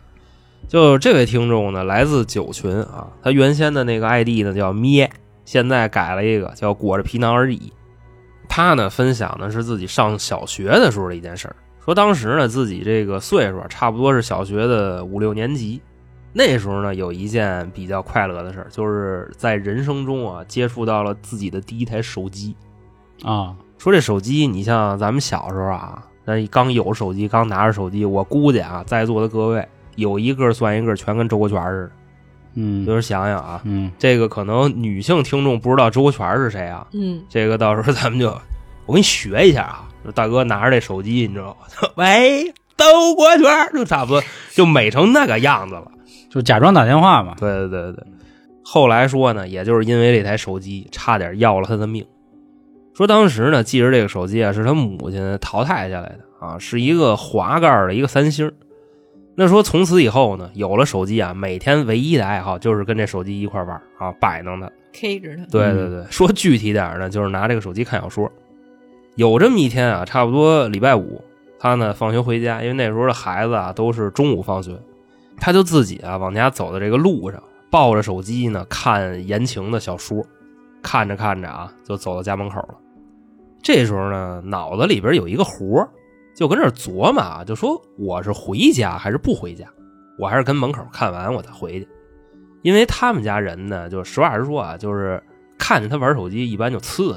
Speaker 3: 就这位听众呢，来自九群啊，他原先的那个 ID 呢叫咩，现在改了一个叫裹着皮囊而已。他呢分享的是自己上小学的时候的一件事儿，说当时呢自己这个岁数啊差不多是小学的五六年级，那时候呢有一件比较快乐的事儿，就是在人生中啊接触到了自己的第一台手机。
Speaker 1: 啊
Speaker 3: 说这手机，你像咱们小时候啊，那刚有手机，刚拿着手机，我估计啊，在座的各位有一个算一个，全跟周国权似的。就
Speaker 1: 嗯
Speaker 3: 是想想啊，
Speaker 1: 嗯，
Speaker 3: 这个可能女性听众不知道周国权是谁啊，
Speaker 4: 嗯，
Speaker 3: 这个到时候咱们就我给你学一下啊，就大哥拿着这手机，你知道吗？ 喂，周国权就差不多就美成那个样子了。
Speaker 1: 就假装打电话嘛，
Speaker 3: 对对对对，后来说呢，也就是因为这台手机，差点要了他的命。说当时呢，记着这个手机啊，是他母亲淘汰下来的啊，是一个滑盖儿的一个三星儿。那说从此以后呢，有了手机啊，每天唯一的爱好就是跟这手机一块儿玩儿啊，摆弄它。
Speaker 4: ，K 着它，
Speaker 3: 对
Speaker 1: 嗯
Speaker 3: 对对，说具体点儿呢，就是拿这个手机看小说。有这么一天啊，差不多礼拜五，他呢放学回家，因为那时候的孩子啊都是中午放学，他就自己啊往家走的这个路上，抱着手机呢看言情的小说，看着看着啊就走到家门口了。这时候呢，脑子里边有一个活儿就跟这儿琢磨啊，就说我是回家还是不回家，我还是跟门口看完我再回去，因为他们家人呢，就实话实说啊，就是看见他玩手机一般就呲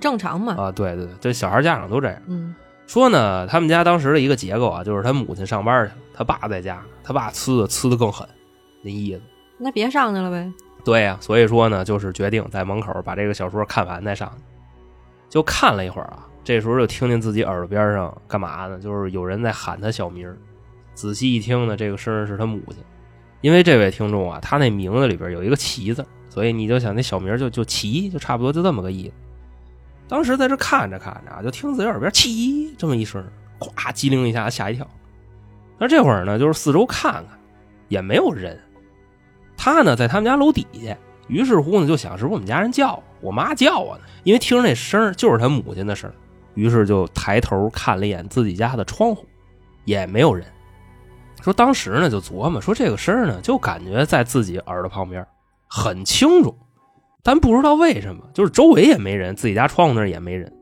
Speaker 4: 正常
Speaker 3: 他
Speaker 4: 嘛，
Speaker 3: 啊，对对对，这小孩家长都这样。
Speaker 4: 嗯
Speaker 3: 说呢，他们家当时的一个结构啊，就是他母亲上班去了，他爸在家，他爸呲的呲的更狠，那意思。
Speaker 4: 那别上去了呗，
Speaker 3: 对呀、所以说呢，就是决定在门口把这个小说看完再上去。就看了一会儿啊，这时候就听见自己耳朵边上干嘛呢？就是有人在喊他小名儿。仔细一听呢，这个声儿是他母亲，因为这位听众啊，他那名字里边有一个“齐”字，所以你就想那小名儿就就齐，就差不多就这么个意思。当时在这看着看着啊，就听自己耳边齐这么一声，咵机灵一下吓一跳。那这会儿呢，就是四周看看，也没有人。他呢在他们家楼底下，于是乎呢就想是不是我们家人叫我，我妈叫我呢，因为听着那声儿就是他母亲的声儿，于是就抬头看了一眼自己家的窗户，也没有人。说当时呢就琢磨说这个声儿呢就感觉在自己耳朵旁边，很清楚，但不知道为什么就是周围也没人，自己家窗户那儿也没人，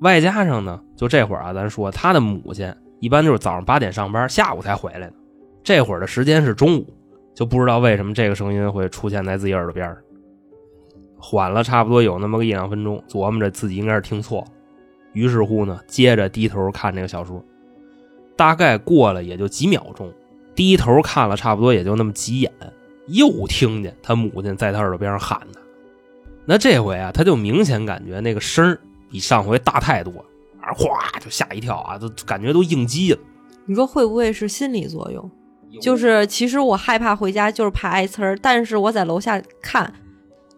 Speaker 3: 外加上呢就这会儿啊，咱说他的母亲一般就是早上八点上班，下午才回来呢，这会儿的时间是中午，就不知道为什么这个声音会出现在自己耳朵边儿。缓了差不多有那么个一两分钟，琢磨着自己应该是听错了，于是乎呢，接着低头看这个小说，大概过了也就几秒钟，低头看了差不多也就那么几眼，又听见他母亲在他耳朵边上喊他。那这回啊，他就明显感觉那个声儿比上回大太多，啊，哗就吓一跳啊，都感觉都应激了。
Speaker 4: 你说会不会是心理作用？就是其实我害怕回家，就是怕挨呲儿，但是我在楼下看，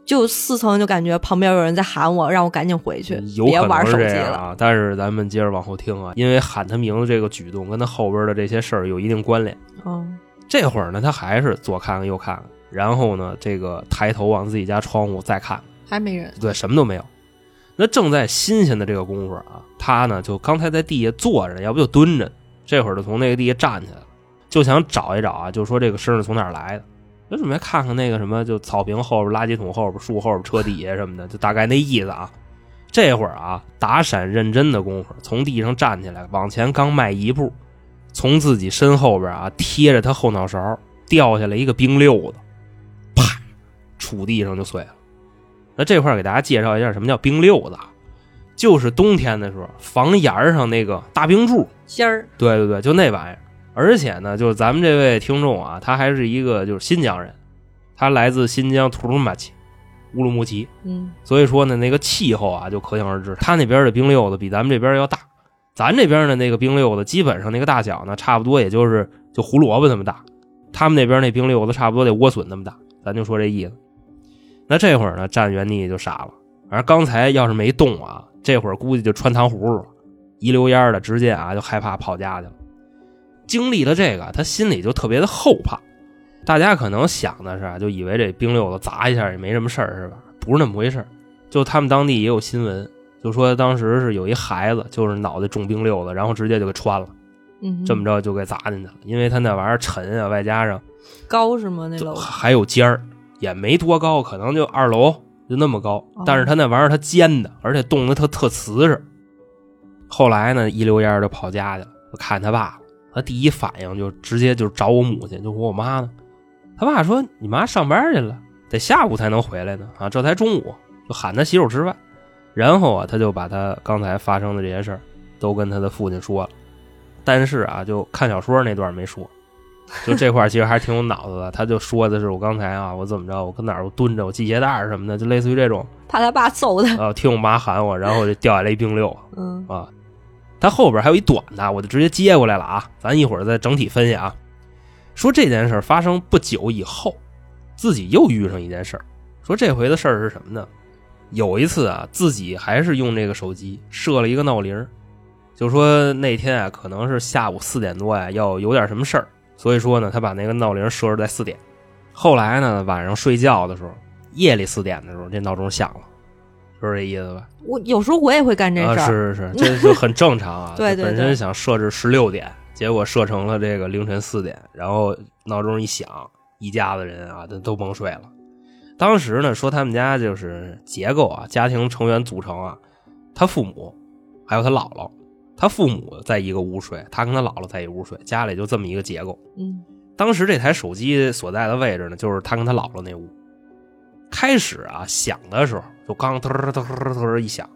Speaker 4: 就四层就感觉旁边有人在喊我，让我赶紧回去，
Speaker 3: 嗯有
Speaker 4: 别
Speaker 3: 可能
Speaker 4: 玩
Speaker 3: 是
Speaker 4: 手
Speaker 3: 这
Speaker 4: 机
Speaker 3: 样
Speaker 4: 了。
Speaker 3: 啊。但是咱们接着往后听啊，因为喊他名字这个举动跟他后边的这些事儿有一定关联。
Speaker 4: 嗯，
Speaker 3: 这会儿呢，他还是左看看右看看，然后呢，这个抬头往自己家窗户再看，
Speaker 4: 还没人。
Speaker 3: 对，什么都没有。那正在新鲜的这个功夫啊，他呢就刚才在地下坐着，要不就蹲着，这会儿就从那个地下站起来了，就想找一找啊，就说这个声是从哪儿来的，就准备看看那个什么，就草坪后边、垃圾桶后边、树后边、车底下什么的，就大概那意思啊。这会儿啊，打闪认真的功夫，从地上站起来，往前刚迈一步，从自己身后边啊贴着他后脑勺掉下来一个冰溜子，啪，杵地上就碎了。那这块儿给大家介绍一下什么叫冰溜子，啊，就是冬天的时候房檐儿上那个大冰柱，
Speaker 4: 仙儿，
Speaker 3: 对对对，就那玩意儿。而且呢，就是咱们这位听众啊，他还是一个就是新疆人，他来自新疆图鲁马齐、乌鲁木齐，
Speaker 4: 嗯，
Speaker 3: 所以说呢，那个气候啊就可想而知，他那边的冰溜子比咱们这边要大。咱这边的那个冰溜子，基本上那个大小呢，差不多也就是就胡萝卜那么大。他们那边那冰溜子差不多得莴笋那么大，咱就说这意思。那这会儿呢，站原地也就傻了。反正刚才要是没动啊，这会儿估计就穿糖葫芦了，一溜烟儿的，直接啊就害怕跑家去了。经历了这个，他心里就特别的后怕。大家可能想的是啊，就以为这冰溜子砸一下也没什么事儿，是吧？不是那么回事儿。就他们当地也有新闻，就说当时是有一孩子，就是脑袋中冰溜子，然后直接就给穿了，
Speaker 4: 嗯，
Speaker 3: 这么着就给砸进去了。因为他那玩意儿沉啊，外加上
Speaker 4: 高是吗？那
Speaker 3: 就
Speaker 4: 楼
Speaker 3: 还有尖儿，也没多高，可能就二楼就那么高
Speaker 4: 哦。
Speaker 3: 但是他那玩意儿它尖的，而且冻得特特瓷实。后来呢，一溜烟儿就跑家去了，就看他爸了。他第一反应就直接就找我母亲，就说我妈呢。他爸说：“你妈上班去了，得下午才能回来呢。啊，这才中午，就喊他洗手吃饭。”然后啊，他就把他刚才发生的这些事儿都跟他的父亲说了，但是啊，就看小说那段没说，就这块儿其实还挺有脑子的。他就说的是我刚才啊，我怎么着，我跟哪儿我蹲着，我系鞋带儿什么的，就类似于这种。
Speaker 4: 怕他爸 揍他。
Speaker 3: 啊，听我妈喊我，然后我就掉下来一冰溜
Speaker 4: 嗯，
Speaker 3: 啊。他后边还有一短的，我就直接接过来了啊。咱一会儿再整体分析啊。说这件事儿发生不久以后，自己又遇上一件事儿。说这回的事儿是什么呢？有一次啊，自己还是用这个手机设了一个闹铃儿，就说那天啊，可能是下午四点多呀、啊要有点什么事儿，所以说呢，他把那个闹铃设置在四点。后来呢，晚上睡觉的时候，夜里四点的时候，这闹钟响了，就是这意思吧？
Speaker 4: 我有时候我也会干这事
Speaker 3: 啊，
Speaker 4: 儿。。
Speaker 3: 是是是，这就很正常啊
Speaker 4: 对对
Speaker 3: 本
Speaker 4: 对
Speaker 3: 身想设置十六点，结果设成了这个凌晨四点，然后闹钟一响，一家子人啊，都都甭睡了。当时呢，说他们家就是结构啊，家庭成员组成啊，他父母还有他姥姥，他父母在一个屋睡，他跟他姥姥在一屋睡，家里就这么一个结构。
Speaker 4: 嗯，
Speaker 3: 当时这台手机所在的位置呢，就是他跟他姥姥那屋。开始啊响的时候，就刚噔噔噔噔噔一响，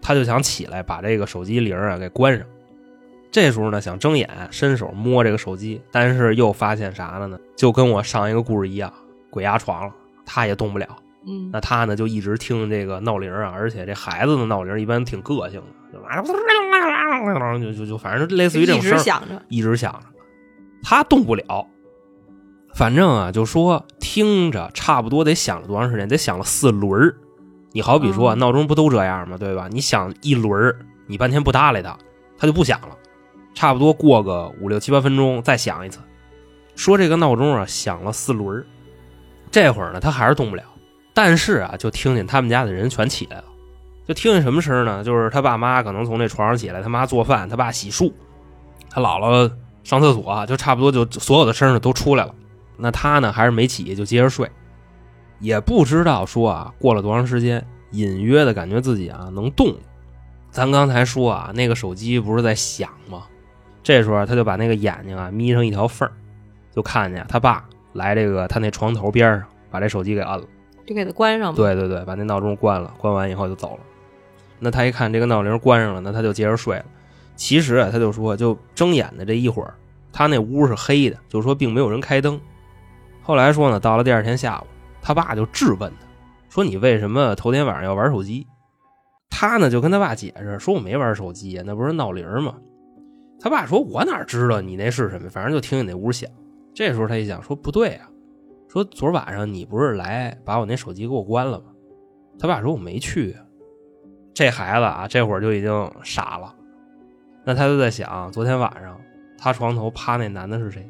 Speaker 3: 他就想起来把这个手机铃儿啊给关上。这时候呢，想睁眼伸手摸这个手机，但是又发现啥了呢？就跟我上一个故事一样，鬼压床了，他也动不了。
Speaker 4: 嗯
Speaker 3: 那他呢就一直听这个闹铃儿啊，而且这孩子的闹铃儿一般挺个性的，就就就就反正就类似于这
Speaker 4: 一
Speaker 3: 种声
Speaker 4: 直
Speaker 3: 儿。
Speaker 4: 想着，
Speaker 3: 一直想着，他动不了。反正啊，就说听着差不多得想了多长时间，得想了四轮儿。你好比说、啊
Speaker 4: 哦
Speaker 3: 闹钟不都这样吗？对吧？你想一轮儿，你半天不搭理它，它就不响了。差不多过个五六七八分钟再响一次。说这个闹钟啊响了四轮儿，这会儿呢它还是动不了，但是啊就听见他们家的人全起来了，就听见什么声呢？就是他爸妈可能从这床上起来，他妈做饭，他爸洗漱，他姥姥上厕所啊，就差不多就就所有的声呢都出来了。那他呢还是没起，就接着睡，也不知道说啊过了多长时间，隐约的感觉自己啊能动了。咱刚才说啊，那个手机不是在响吗？这时候啊他就把那个眼睛啊眯成一条缝儿，就看见啊他爸来这个他那床头边上，把这手机给摁了。
Speaker 4: 就给它关上吧。
Speaker 3: 对对对，把那闹钟关了，关完以后就走了。那他一看这个闹铃关上了，那他就接着睡了。其实啊，他就说，就睁眼的这一会儿，他那屋是黑的，就说并没有人开灯。后来说呢，到了第二天下午，他爸就质问他，说你为什么头天晚上要玩手机？他呢就跟他爸解释说，我没玩手机，啊那不是闹铃吗？他爸说，我哪知道你那是什么，反正就听你那屋响。这时候他一想，说不对啊，说昨儿晚上你不是来把我那手机给我关了吗？他爸说我没去啊。这孩子啊，这会儿就已经傻了。那他就在想，昨天晚上他床头趴那男的是谁？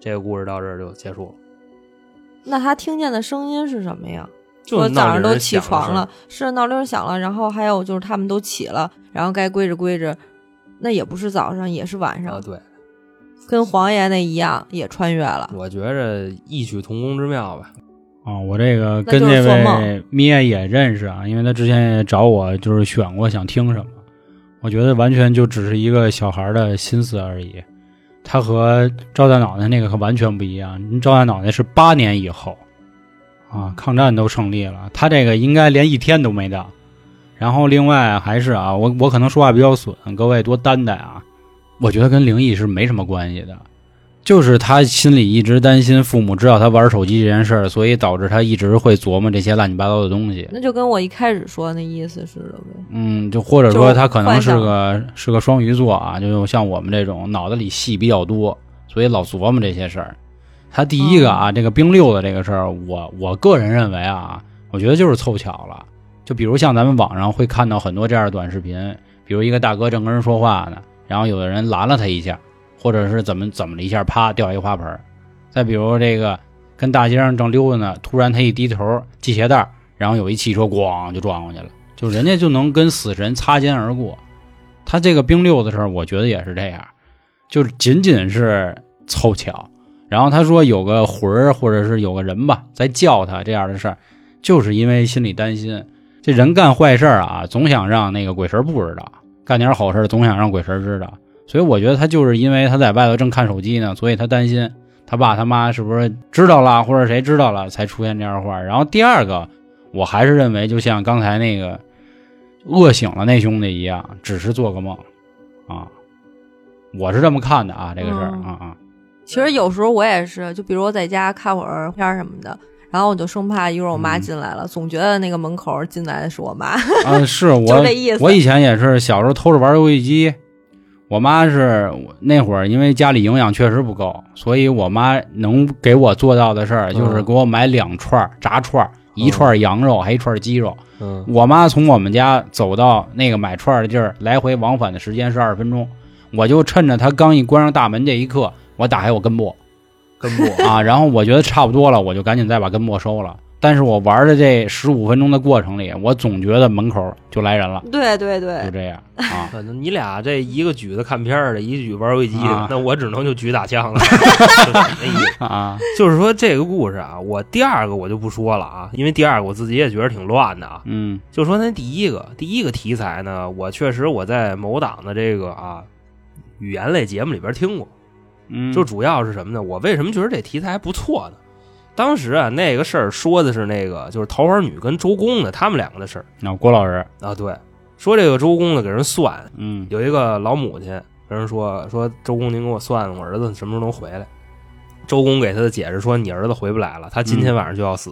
Speaker 3: 这个故事到这儿就结束了。
Speaker 4: 那他听见的声音是什么呀？
Speaker 3: 就
Speaker 4: 说
Speaker 3: 闹
Speaker 4: 早上
Speaker 3: 铃
Speaker 4: 都
Speaker 3: 儿
Speaker 4: 起
Speaker 3: 响的
Speaker 4: 床
Speaker 3: 声儿啊
Speaker 4: 了，是闹铃儿响了，然后还有就是他们都起了，然后该归置归置，那也不是早上，也是晚上，
Speaker 3: 啊！对，
Speaker 4: 跟黄爷那一样，也穿越了。
Speaker 3: 我觉着异曲同工之妙吧。
Speaker 1: 啊、我这个
Speaker 4: 那
Speaker 1: 跟
Speaker 4: 就是
Speaker 1: 这
Speaker 4: 做
Speaker 1: 位
Speaker 4: 梦
Speaker 1: 米娅也认识啊，因为她之前也找我，就是选过想听什么。我觉得完全就只是一个小孩的心思而已，他和赵大脑袋那个可完全不一样。赵大脑袋是八年以后啊，抗战都胜利了，他这个应该连一天都没到。然后另外还是啊，我我可能说话比较损，各位多担待啊。我觉得跟灵异是没什么关系的，就是他心里一直担心父母知道他玩手机这件事儿，所以导致他一直会琢磨这些乱七八糟的东西。
Speaker 4: 那就跟我一开始说的那意思似的呗。
Speaker 1: 嗯，就或者说
Speaker 4: 就
Speaker 1: 他可能
Speaker 4: 幻
Speaker 1: 是
Speaker 4: 想
Speaker 1: 个是个双鱼座啊，就像我们这种脑子里戏比较多，所以老琢磨这些事儿。他第一个啊，这个冰溜的这个事儿，我我个人认为啊，我觉得就是凑巧了。就比如像咱们网上会看到很多这样的短视频，比如一个大哥正跟人说话呢，然后有的人拦了他一下，或者是怎么怎么了一下，啪掉一花盆儿。再比如这个跟大街上正溜达呢，突然他一低头系鞋带儿，然后有一汽车咣就撞过去了。就人家就能跟死神擦肩而过。他这个冰溜的事儿，我觉得也是这样，就是仅仅是凑巧。然后他说有个魂儿或者是有个人吧在叫他这样的事儿，就是因为心里担心。这人干坏事儿啊，总想让那个鬼神不知道；干点好事儿，总想让鬼神知道。所以我觉得他就是因为他在外头正看手机呢，所以他担心他爸他妈是不是知道了，或者谁知道了才出现这样的话。然后第二个，我还是认为就像刚才那个饿醒了那兄弟一样，只是做个梦啊。我是这么看的啊，这个事儿
Speaker 4: 嗯
Speaker 1: 啊啊，
Speaker 4: 其实有时候我也是，就比如我在家看会儿片儿什么的，然后我就生怕一会儿我妈
Speaker 1: 嗯
Speaker 4: 进来了，总觉得那个门口儿进来的是我妈。
Speaker 1: 啊，是
Speaker 4: 就
Speaker 1: 我
Speaker 4: 这意思
Speaker 1: 我以前也是小时候偷着玩游戏机，我妈是我那会儿因为家里营养确实不够，所以我妈能给我做到的事儿就是
Speaker 3: 嗯
Speaker 1: 给我买两串儿炸串儿，一串儿
Speaker 4: 嗯
Speaker 1: 羊肉还一串儿鸡肉。
Speaker 3: 嗯，
Speaker 1: 我妈从我们家走到那个买串儿的地儿，来回往返的时间是二十分钟，我就趁着她刚一关上大门这一刻，我打开我根 部。
Speaker 3: 根部。
Speaker 1: 啊，然后我觉得差不多了，我就赶紧再把根没收了。但是我玩的这十五分钟的过程里，我总觉得门口就来人了，
Speaker 4: 对对对
Speaker 1: 就，这样啊
Speaker 3: 反正你俩这一个举着看片儿的，一个举玩游戏机的
Speaker 1: 啊，
Speaker 3: 那我只能就举打枪了。 就是那意思
Speaker 1: 啊，
Speaker 3: 就是说这个故事啊，我第二个我就不说了啊，因为第二个我自己也觉得挺乱的啊。
Speaker 1: 嗯
Speaker 3: 就说那第一个第一个题材呢，我确实我在某档的这个啊语言类节目里边听过，
Speaker 1: 嗯，
Speaker 3: 就主要是什么呢？我为什么觉得这题材还不错呢？当时啊，那个事儿说的是那个就是桃花女跟周公的他们两个的事儿
Speaker 1: 那郭老师，
Speaker 3: 啊，对，说这个周公呢给人算，
Speaker 1: 嗯
Speaker 3: 有一个老母亲跟人说说周公您给我算我儿子什么时候能回来。周公给他的解释说你儿子回不来了，他今天晚上就要死。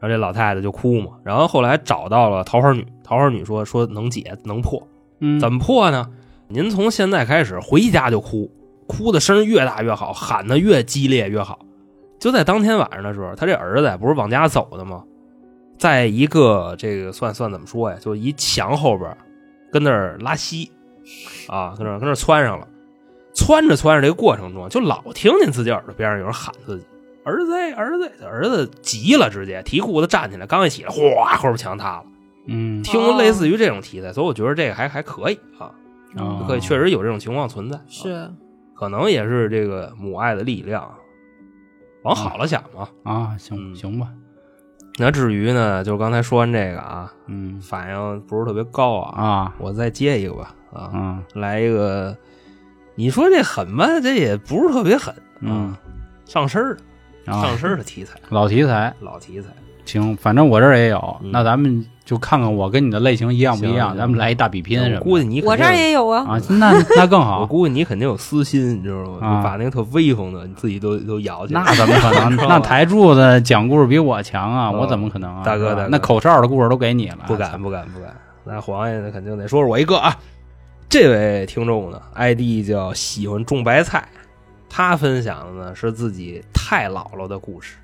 Speaker 3: 然后这老太太就哭嘛，然后后来找到了桃花女，桃花女说说能解能破，
Speaker 1: 嗯，
Speaker 3: 怎么破呢？您从现在开始回家就哭，哭的声儿越大越好，喊的越激烈越好。就在当天晚上的时候，他这儿子不是往家走的吗？在一个这个算算怎么说呀，就一墙后边儿跟那儿拉稀啊，跟那儿跟那儿窜上了。窜着窜着这个过程中，就老听见自己耳朵边上有人喊自己儿子儿子，儿子急了，直接提裤子站起来，刚一起来，哗，后边墙塌了。
Speaker 1: 嗯，
Speaker 3: 听过类似于这种题材，所以我觉得这个还还可以啊，
Speaker 1: 哦
Speaker 3: 可以，确实有这种情况存在，啊
Speaker 4: 是
Speaker 3: 可能也是这个母爱的力量啊，往好了想嘛。
Speaker 1: 啊，
Speaker 3: 嗯
Speaker 1: 行行吧，
Speaker 3: 那至于呢，就是刚才说完这个啊，
Speaker 1: 嗯
Speaker 3: 反应不是特别高啊，
Speaker 1: 啊
Speaker 3: 我再接一个吧啊，
Speaker 1: 啊
Speaker 3: 来一个，你说这狠吧，这也不是特别狠
Speaker 1: 嗯
Speaker 3: 啊，上身儿的嗯上
Speaker 1: 啊，
Speaker 3: 身儿的题材，
Speaker 1: 老题材，
Speaker 3: 老题材，
Speaker 1: 行，反正我这儿也有，
Speaker 3: 嗯
Speaker 1: 那咱们就看看我跟你的类型一样不一
Speaker 3: 行
Speaker 1: 样，咱们
Speaker 3: 行
Speaker 1: 来一大比拼什么
Speaker 3: 我
Speaker 1: 的。
Speaker 3: 估计你肯定
Speaker 4: 我这儿也有啊，
Speaker 1: 啊，那那更
Speaker 3: 我
Speaker 1: 好，
Speaker 3: 估计你肯定有私心，你知道吗？
Speaker 1: 啊
Speaker 3: 就把那个特威风的你自己都都摇起来。
Speaker 1: 那怎么可 能？那台柱子讲故事比我强啊，
Speaker 3: 嗯
Speaker 1: 我怎么可能啊？
Speaker 3: 大哥
Speaker 1: 是吧
Speaker 3: 大哥
Speaker 1: 那口哨的故事都给你了，
Speaker 3: 不敢不敢不敢。那黄爷呢肯定得说说我一个啊。这位听众呢，ID 叫喜欢种白菜，他分享的呢是自己太姥姥的故事。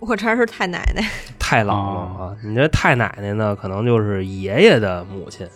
Speaker 4: 我这儿是太奶 奶，
Speaker 3: 太姥姥
Speaker 1: 哦
Speaker 3: 啊，你这太奶奶呢，可能就是爷爷的母亲；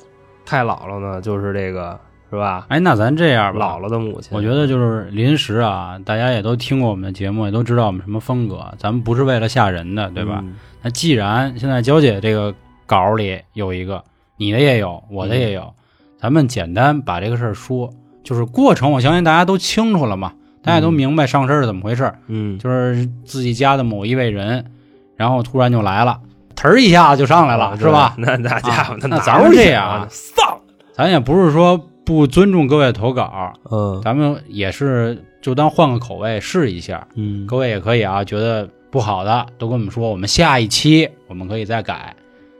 Speaker 3: 太姥姥呢，就是这个是吧？
Speaker 1: 哎，那咱这样吧，
Speaker 3: 姥姥的母亲。
Speaker 1: 我觉得就是临时啊，大家也都听过我们的节目，也都知道我们什么风格，咱们不是为了吓人的，对吧？
Speaker 3: 嗯
Speaker 1: 那既然现在娇姐这个稿里有一个，你的也有，我的也有，
Speaker 3: 嗯
Speaker 1: 咱们简单把这个事儿说，就是过程，我相信大家都清楚了嘛，大家都明白上身是怎么回事儿，
Speaker 3: 嗯，
Speaker 1: 就是自己家的某一位人，然后突然就来了，腾儿一下就上来了，
Speaker 3: 啊
Speaker 1: 是吧？
Speaker 3: 那那家伙
Speaker 1: 啊，
Speaker 3: 哪
Speaker 1: 那咱们
Speaker 3: 儿
Speaker 1: 这
Speaker 3: 去
Speaker 1: 样
Speaker 3: 啊
Speaker 1: 啊，
Speaker 3: 丧。
Speaker 1: 咱也不是说不尊重各位投稿，
Speaker 3: 嗯
Speaker 1: 咱们也是就当换个口味试一下，
Speaker 3: 嗯
Speaker 1: 各位也可以啊，觉得不好的都跟我们说，我们下一期我们可以再改。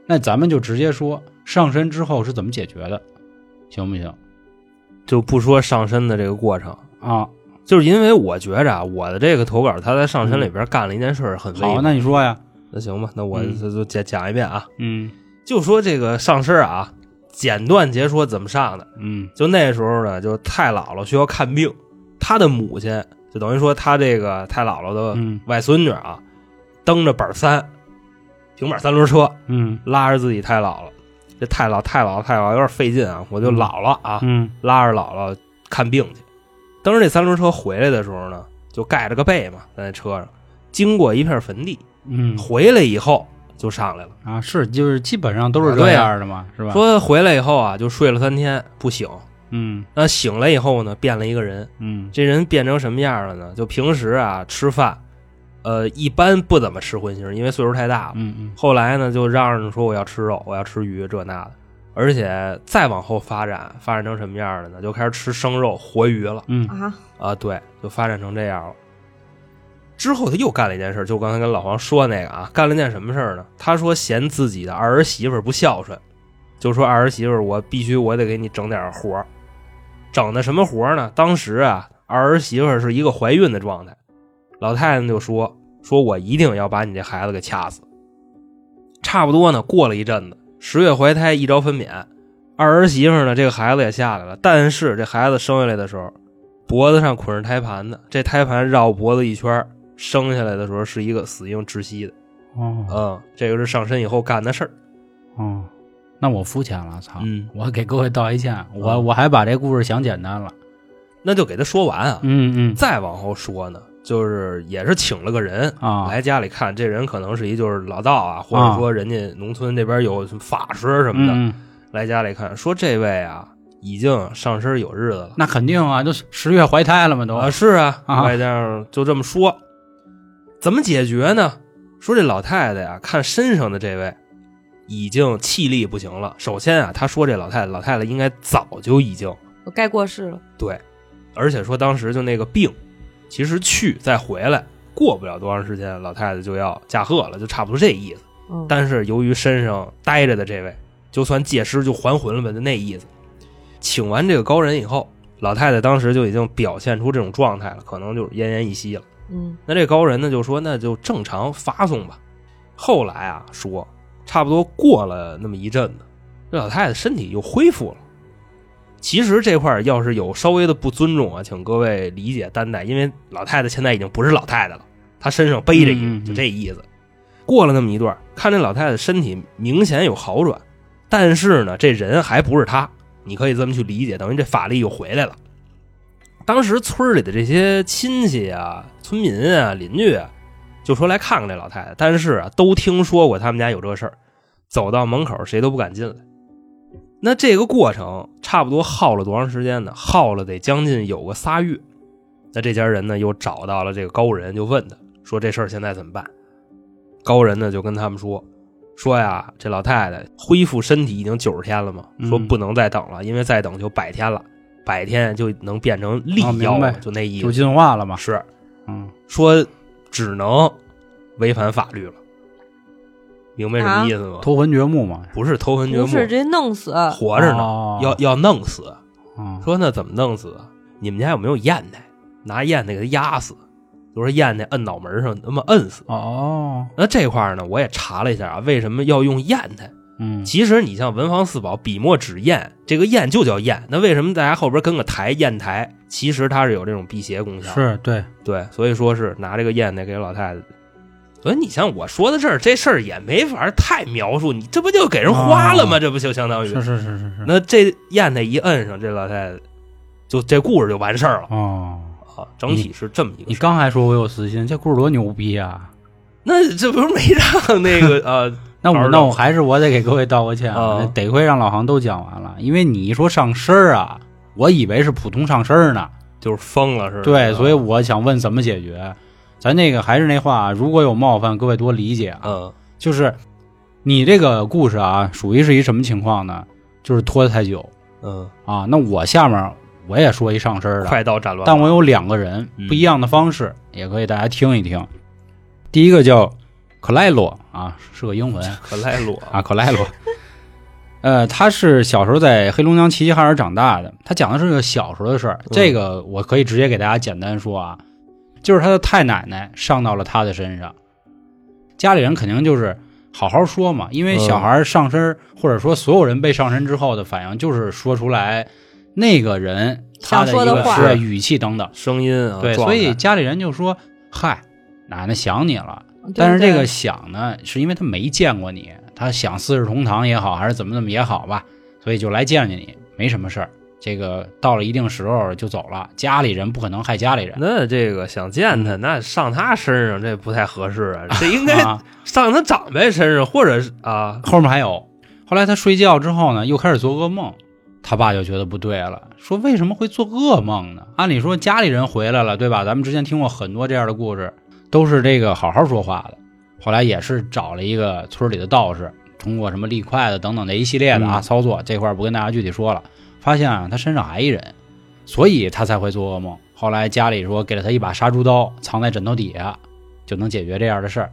Speaker 1: 那咱们就直接说上身之后是怎么解决的，行不行
Speaker 3: 就不说上身的这个过程，
Speaker 1: 啊？
Speaker 3: 就是因为我觉着啊，我的这个投稿他在上身里边干了一件事儿很危
Speaker 1: 嗯好，
Speaker 3: 险
Speaker 1: 那你说呀，
Speaker 3: 那行吧，那我
Speaker 1: 嗯
Speaker 3: 就就讲讲一遍啊，
Speaker 1: 嗯
Speaker 3: 就说这个上身啊，简短截说怎么上的。
Speaker 1: 嗯
Speaker 3: 就那时候呢，就太姥姥需要看病，她的母亲就等于说她这个太姥姥的
Speaker 1: 嗯
Speaker 3: 外孙女啊，蹬着板三平板三轮车
Speaker 1: 嗯
Speaker 3: 拉着自己太姥姥，这太姥太姥太姥有点费劲啊，我就
Speaker 1: 嗯
Speaker 3: 姥姥啊，
Speaker 1: 嗯
Speaker 3: 拉着姥姥看病去。当时这三轮车回来的时候呢，就盖着个被嘛，在那车上，经过一片坟地，
Speaker 1: 嗯
Speaker 3: 回来以后就上来了，
Speaker 1: 啊，是就是基本上都是这
Speaker 3: 对啊
Speaker 1: 样的嘛，是吧？
Speaker 3: 说回来以后啊，就睡了三天不醒。
Speaker 1: 嗯
Speaker 3: 那醒了以后呢，变了一个人，
Speaker 1: 嗯
Speaker 3: 这人变成什么样了呢？就平时啊吃饭，呃，一般不怎么吃荤腥，因为岁数太大了。
Speaker 1: 嗯嗯
Speaker 3: 后来呢，就嚷嚷说我要吃肉，我要吃鱼，这那的。而且再往后发展，发展成什么样了呢？就开始吃生肉、活鱼了。
Speaker 1: 嗯
Speaker 4: 啊，
Speaker 3: 啊，对，就发展成这样了。之后他又干了一件事，就我刚才跟老黄说那个啊，干了一件什么事儿呢？他说嫌自己的儿媳妇儿不孝顺，就说儿媳妇儿我必须我得给你整点活儿，整的什么活儿呢？当时啊，儿媳妇儿是一个怀孕的状态，老太太就说说我一定要把你这孩子给掐死。差不多呢，过了一阵子，十月怀胎，一朝分娩，二儿媳妇儿呢，这个孩子也下来了，但是这孩子生下来的时候，脖子上捆着胎盘呢，这胎盘绕脖子一圈儿，生下来的时候是一个死婴窒息的。
Speaker 1: 哦
Speaker 3: 嗯，这个是上身以后干的事儿。
Speaker 1: 哦，那我肤浅了，操！
Speaker 3: 嗯，
Speaker 1: 我给各位道一歉，我
Speaker 3: 嗯
Speaker 1: 我还把这故事想简单了。
Speaker 3: 那就给他说完啊。
Speaker 1: 嗯嗯
Speaker 3: 再往后说呢，就是也是请了个人
Speaker 1: 啊
Speaker 3: 来家里看，这人可能是一就是老道啊，或者说人家农村这边有什么法师什么的，
Speaker 1: 嗯嗯，
Speaker 3: 来家里看，说这位啊已经上身有日子了。
Speaker 1: 那肯定啊，都十月怀胎了嘛都。
Speaker 3: 啊，是啊，
Speaker 1: 啊
Speaker 3: 外将就这么说，怎么解决呢？说这老太太呀、看身上的这位已经气力不行了。首先啊，她说这老太太，老太太应该早就已经
Speaker 4: 我该过世了，
Speaker 3: 对，而且说当时就那个病，其实去再回来，过不了多长时间，老太太就要驾鹤了，就差不多这意思。
Speaker 4: 嗯，
Speaker 3: 但是由于身上待着的这位，就算借尸就还魂了吧，就那意思。请完这个高人以后，老太太当时就已经表现出这种状态了，可能就是奄奄一息了。
Speaker 4: 嗯
Speaker 3: 那这高人呢就说那就正常发送吧。后来啊说，差不多过了那么一阵子，这老太太身体又恢复了。其实这块儿要是有稍微的不尊重啊，请各位理解担待，因为老太太现在已经不是老太太了，她身上背着一个，
Speaker 1: 嗯嗯嗯
Speaker 3: 就这意思。过了那么一段儿，看这老太太身体明显有好转，但是呢，这人还不是她，你可以这么去理解，等于这法力又回来了。当时村儿里的这些亲戚啊、村民啊、邻居啊，就说来看看这老太太，但是啊，都听说过他们家有这事儿，走到门口谁都不敢进来。那这个过程差不多耗了多长时间呢？耗了得将近有个仨月。那这家人呢，又找到了这个高人，就问他说：“这事儿现在怎么办？”高人呢就跟他们说：“说呀，这老太太恢复身体已经九十天了嘛，
Speaker 1: 嗯
Speaker 3: 说不能再等了，因为再等就百天了，百天就能变成力
Speaker 1: 啊明
Speaker 3: 妖了，
Speaker 1: 白
Speaker 3: 就那意
Speaker 1: 就
Speaker 3: 思。
Speaker 1: 进化了嘛。
Speaker 3: 是
Speaker 1: 嗯，
Speaker 3: 说只能违反法律了，明白什么意思吗？
Speaker 1: 偷魂掘墓嘛，
Speaker 3: 不是偷魂掘
Speaker 4: 啊
Speaker 3: 墓，
Speaker 4: 不是直接弄死，
Speaker 3: 活着呢，
Speaker 1: 哦
Speaker 3: 要要弄死。
Speaker 1: 嗯
Speaker 3: 说那怎么弄死啊？你们家有没有砚台？拿砚台给他压死，就说砚台摁脑门上，那么摁死。
Speaker 1: 哦，
Speaker 3: 那这块儿呢，我也查了一下啊，为什么要用砚台？
Speaker 1: 嗯，
Speaker 3: 其实你像文房四宝、笔墨纸砚，这个砚就叫砚。那为什么大家后边跟个台砚台？其实它是有这种辟邪功效。
Speaker 1: 是对，
Speaker 3: 对，所以说是拿这个砚台给老太太。所以你像我说的事儿，这事儿也没法儿太描述，你这不就给人花了吗？
Speaker 1: 啊
Speaker 3: 这不就相当于
Speaker 1: 是是是是是，
Speaker 3: 那这砚台一摁上，这老太太就这故事就完事儿了
Speaker 1: 哦，
Speaker 3: 啊。整体是这么一个
Speaker 1: 你
Speaker 3: 事儿。
Speaker 1: 刚还说我有私心，这故事多牛逼啊！
Speaker 3: 那这不是没让 那个啊？
Speaker 1: 那
Speaker 3: 老
Speaker 1: 我
Speaker 3: 师
Speaker 1: 那
Speaker 3: 让
Speaker 1: 我还是我得给各位道个歉啊，
Speaker 3: 啊
Speaker 1: 那得亏让老航都讲完了，因为你一说上身儿啊，我以为是普通上身儿呢。
Speaker 3: 就是疯了似的。
Speaker 1: 对，
Speaker 3: 啊
Speaker 1: 所以我想问怎么解决。咱那个还是那话，如果有冒犯，各位多理解啊。
Speaker 3: 嗯
Speaker 1: 就是你这个故事啊，属于是一什么情况呢？就是拖得太久
Speaker 3: 嗯，
Speaker 1: 啊。那我下面我也说一上身儿的，
Speaker 3: 快刀斩乱麻。
Speaker 1: 但我有两个人
Speaker 3: 嗯
Speaker 1: 不一样的方式，也可以大家听一听。第一个叫克莱罗啊，是个英文
Speaker 3: 可赖裸
Speaker 1: 啊，克莱罗。呃，他是小时候在黑龙江齐齐哈尔长大的。他讲的是个小时候的事儿，
Speaker 4: 嗯
Speaker 1: 这个我可以直接给大家简单说啊，就是他的太奶奶上到了他的身上，家里人肯定就是好好说嘛，因为小孩儿上身儿、或者说所有人被上身之后的反应就是说出来那个人他
Speaker 4: 想说
Speaker 1: 一
Speaker 4: 的
Speaker 1: 个
Speaker 4: 话
Speaker 1: 对语气等等。
Speaker 3: 声音啊，
Speaker 1: 对，
Speaker 3: 状
Speaker 1: 所
Speaker 3: 态
Speaker 1: 以家里人就说：“嗨，奶奶想你了。”
Speaker 4: 对
Speaker 1: 但是这
Speaker 4: 对
Speaker 1: 个想呢，是因为他没见过你，他想四世同堂也好，还是怎么怎么也好吧，所以就来见见你，没什么事儿。这个到了一定时候就走了，家里人不可能害家 里人。
Speaker 3: 那这个想见他，那上他身上这不太合适啊，这应该
Speaker 1: 嗯 啊，
Speaker 3: 上他长辈身上，或者是啊，
Speaker 1: 后面还有。后来他睡觉之后呢，又开始做噩梦，他爸就觉得不对了，说为什么会做噩梦呢？按理说家里人回来了，对吧？咱们之前听过很多这样的故事，都是这个好好说话的。后来也是找了一个村里的道士，通过什么立筷子等等这一系列的啊、
Speaker 3: 嗯
Speaker 1: 操作，这块儿不跟大家具体说了。发现啊，他身上还一人，所以他才会做噩梦。后来家里说给了他一把杀猪刀，藏在枕头底下，就能解决这样的事儿。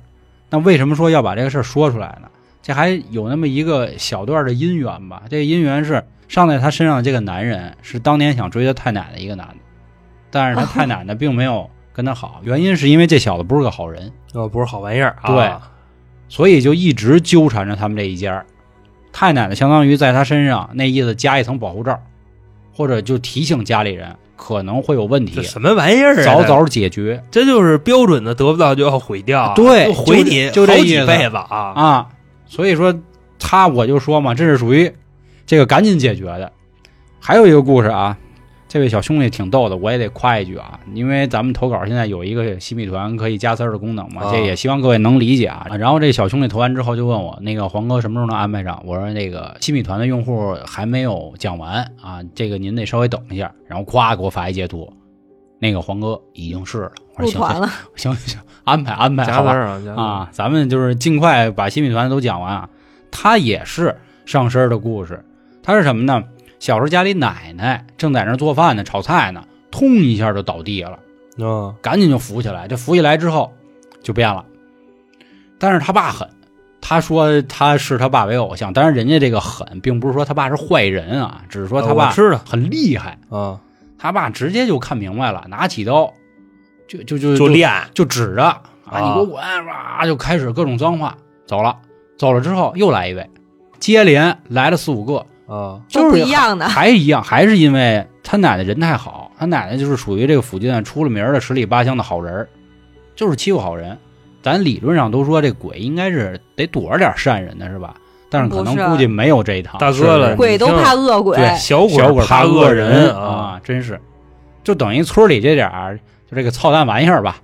Speaker 1: 那为什么说要把这个事儿说出来呢？这还有那么一个小段的姻缘吧。这个姻缘是上在他身上的这个男人是当年想追他太奶奶一个男的，但是他太奶奶并没有跟他好，原因是因为这小子不是个好人。
Speaker 3: 哦，不是好玩意儿啊
Speaker 1: 对。所以就一直纠缠着他们这一家儿。太奶奶相当于在他身上那意思加一层保护罩，或者就提醒家里人可能会有问
Speaker 3: 这
Speaker 1: 题，
Speaker 3: 什么玩意儿啊？
Speaker 1: 早早解决
Speaker 3: 这就是标准的得不到就要毁掉，
Speaker 1: 对
Speaker 3: 就毁你
Speaker 1: 就就这
Speaker 3: 好
Speaker 1: 意
Speaker 3: 几
Speaker 1: 思
Speaker 3: 辈子啊！
Speaker 1: 啊。所以说他我就说嘛，这是属于这个赶紧解决的。还有一个故事啊，这位小兄弟挺逗的，我也得夸一句啊，因为咱们投稿现在有一个新米团可以加丝儿的功能嘛，
Speaker 3: 啊
Speaker 1: 这也希望各位能理解啊。然后这小兄弟投完之后就问我，那个黄哥什么时候能安排上？我说那个新米团的用户还没有讲完啊，这个您得稍微等一下。然后咵给我发一截图，那个黄哥已经是了。我
Speaker 4: 入
Speaker 1: 说行
Speaker 4: 团了，
Speaker 1: 行行行，安排安排，
Speaker 3: 加
Speaker 1: 好
Speaker 3: 班
Speaker 1: 吧。
Speaker 3: 儿啊，加班儿，
Speaker 1: 啊，咱们就是尽快把新米团都讲完啊。他也是上身儿的故事，他是什么呢？小时候家里奶奶正在那儿做饭呢，炒菜呢，通一下就倒地了，
Speaker 3: 嗯，
Speaker 1: 赶紧就扶起来。这扶起来之后就变了，但是他爸狠，他说他视他爸为偶像，当然人家这个狠，并不是说他爸是坏人啊，只是说他
Speaker 3: 哦呃我
Speaker 1: 爸嗯
Speaker 3: 知道
Speaker 1: 很厉害。
Speaker 3: 啊，
Speaker 1: 他爸直接就看明白了，拿起刀就就就
Speaker 3: 就练
Speaker 1: 就指着啊，你给我滚！哇，就开始各种脏话，走了。走了之后又来一位，接连来了四五个，
Speaker 3: 啊
Speaker 1: 就是
Speaker 4: 都不一样的。
Speaker 1: 还一样，还是因为他奶奶人太好，他奶奶就是属于这个附近啊出了名儿的十里八乡的好人儿，就是欺负好人。咱理论上都说这鬼应该是得躲着点善人的是吧？但是可能
Speaker 4: 不是
Speaker 1: 估计没有这一趟。
Speaker 3: 大哥了
Speaker 1: 是
Speaker 4: 鬼都怕恶鬼，
Speaker 1: 对
Speaker 3: 小鬼
Speaker 1: 小鬼
Speaker 3: 怕恶
Speaker 1: 恶
Speaker 3: 人啊
Speaker 1: 啊，真是，就等于村里这点儿就这个操蛋玩意儿吧，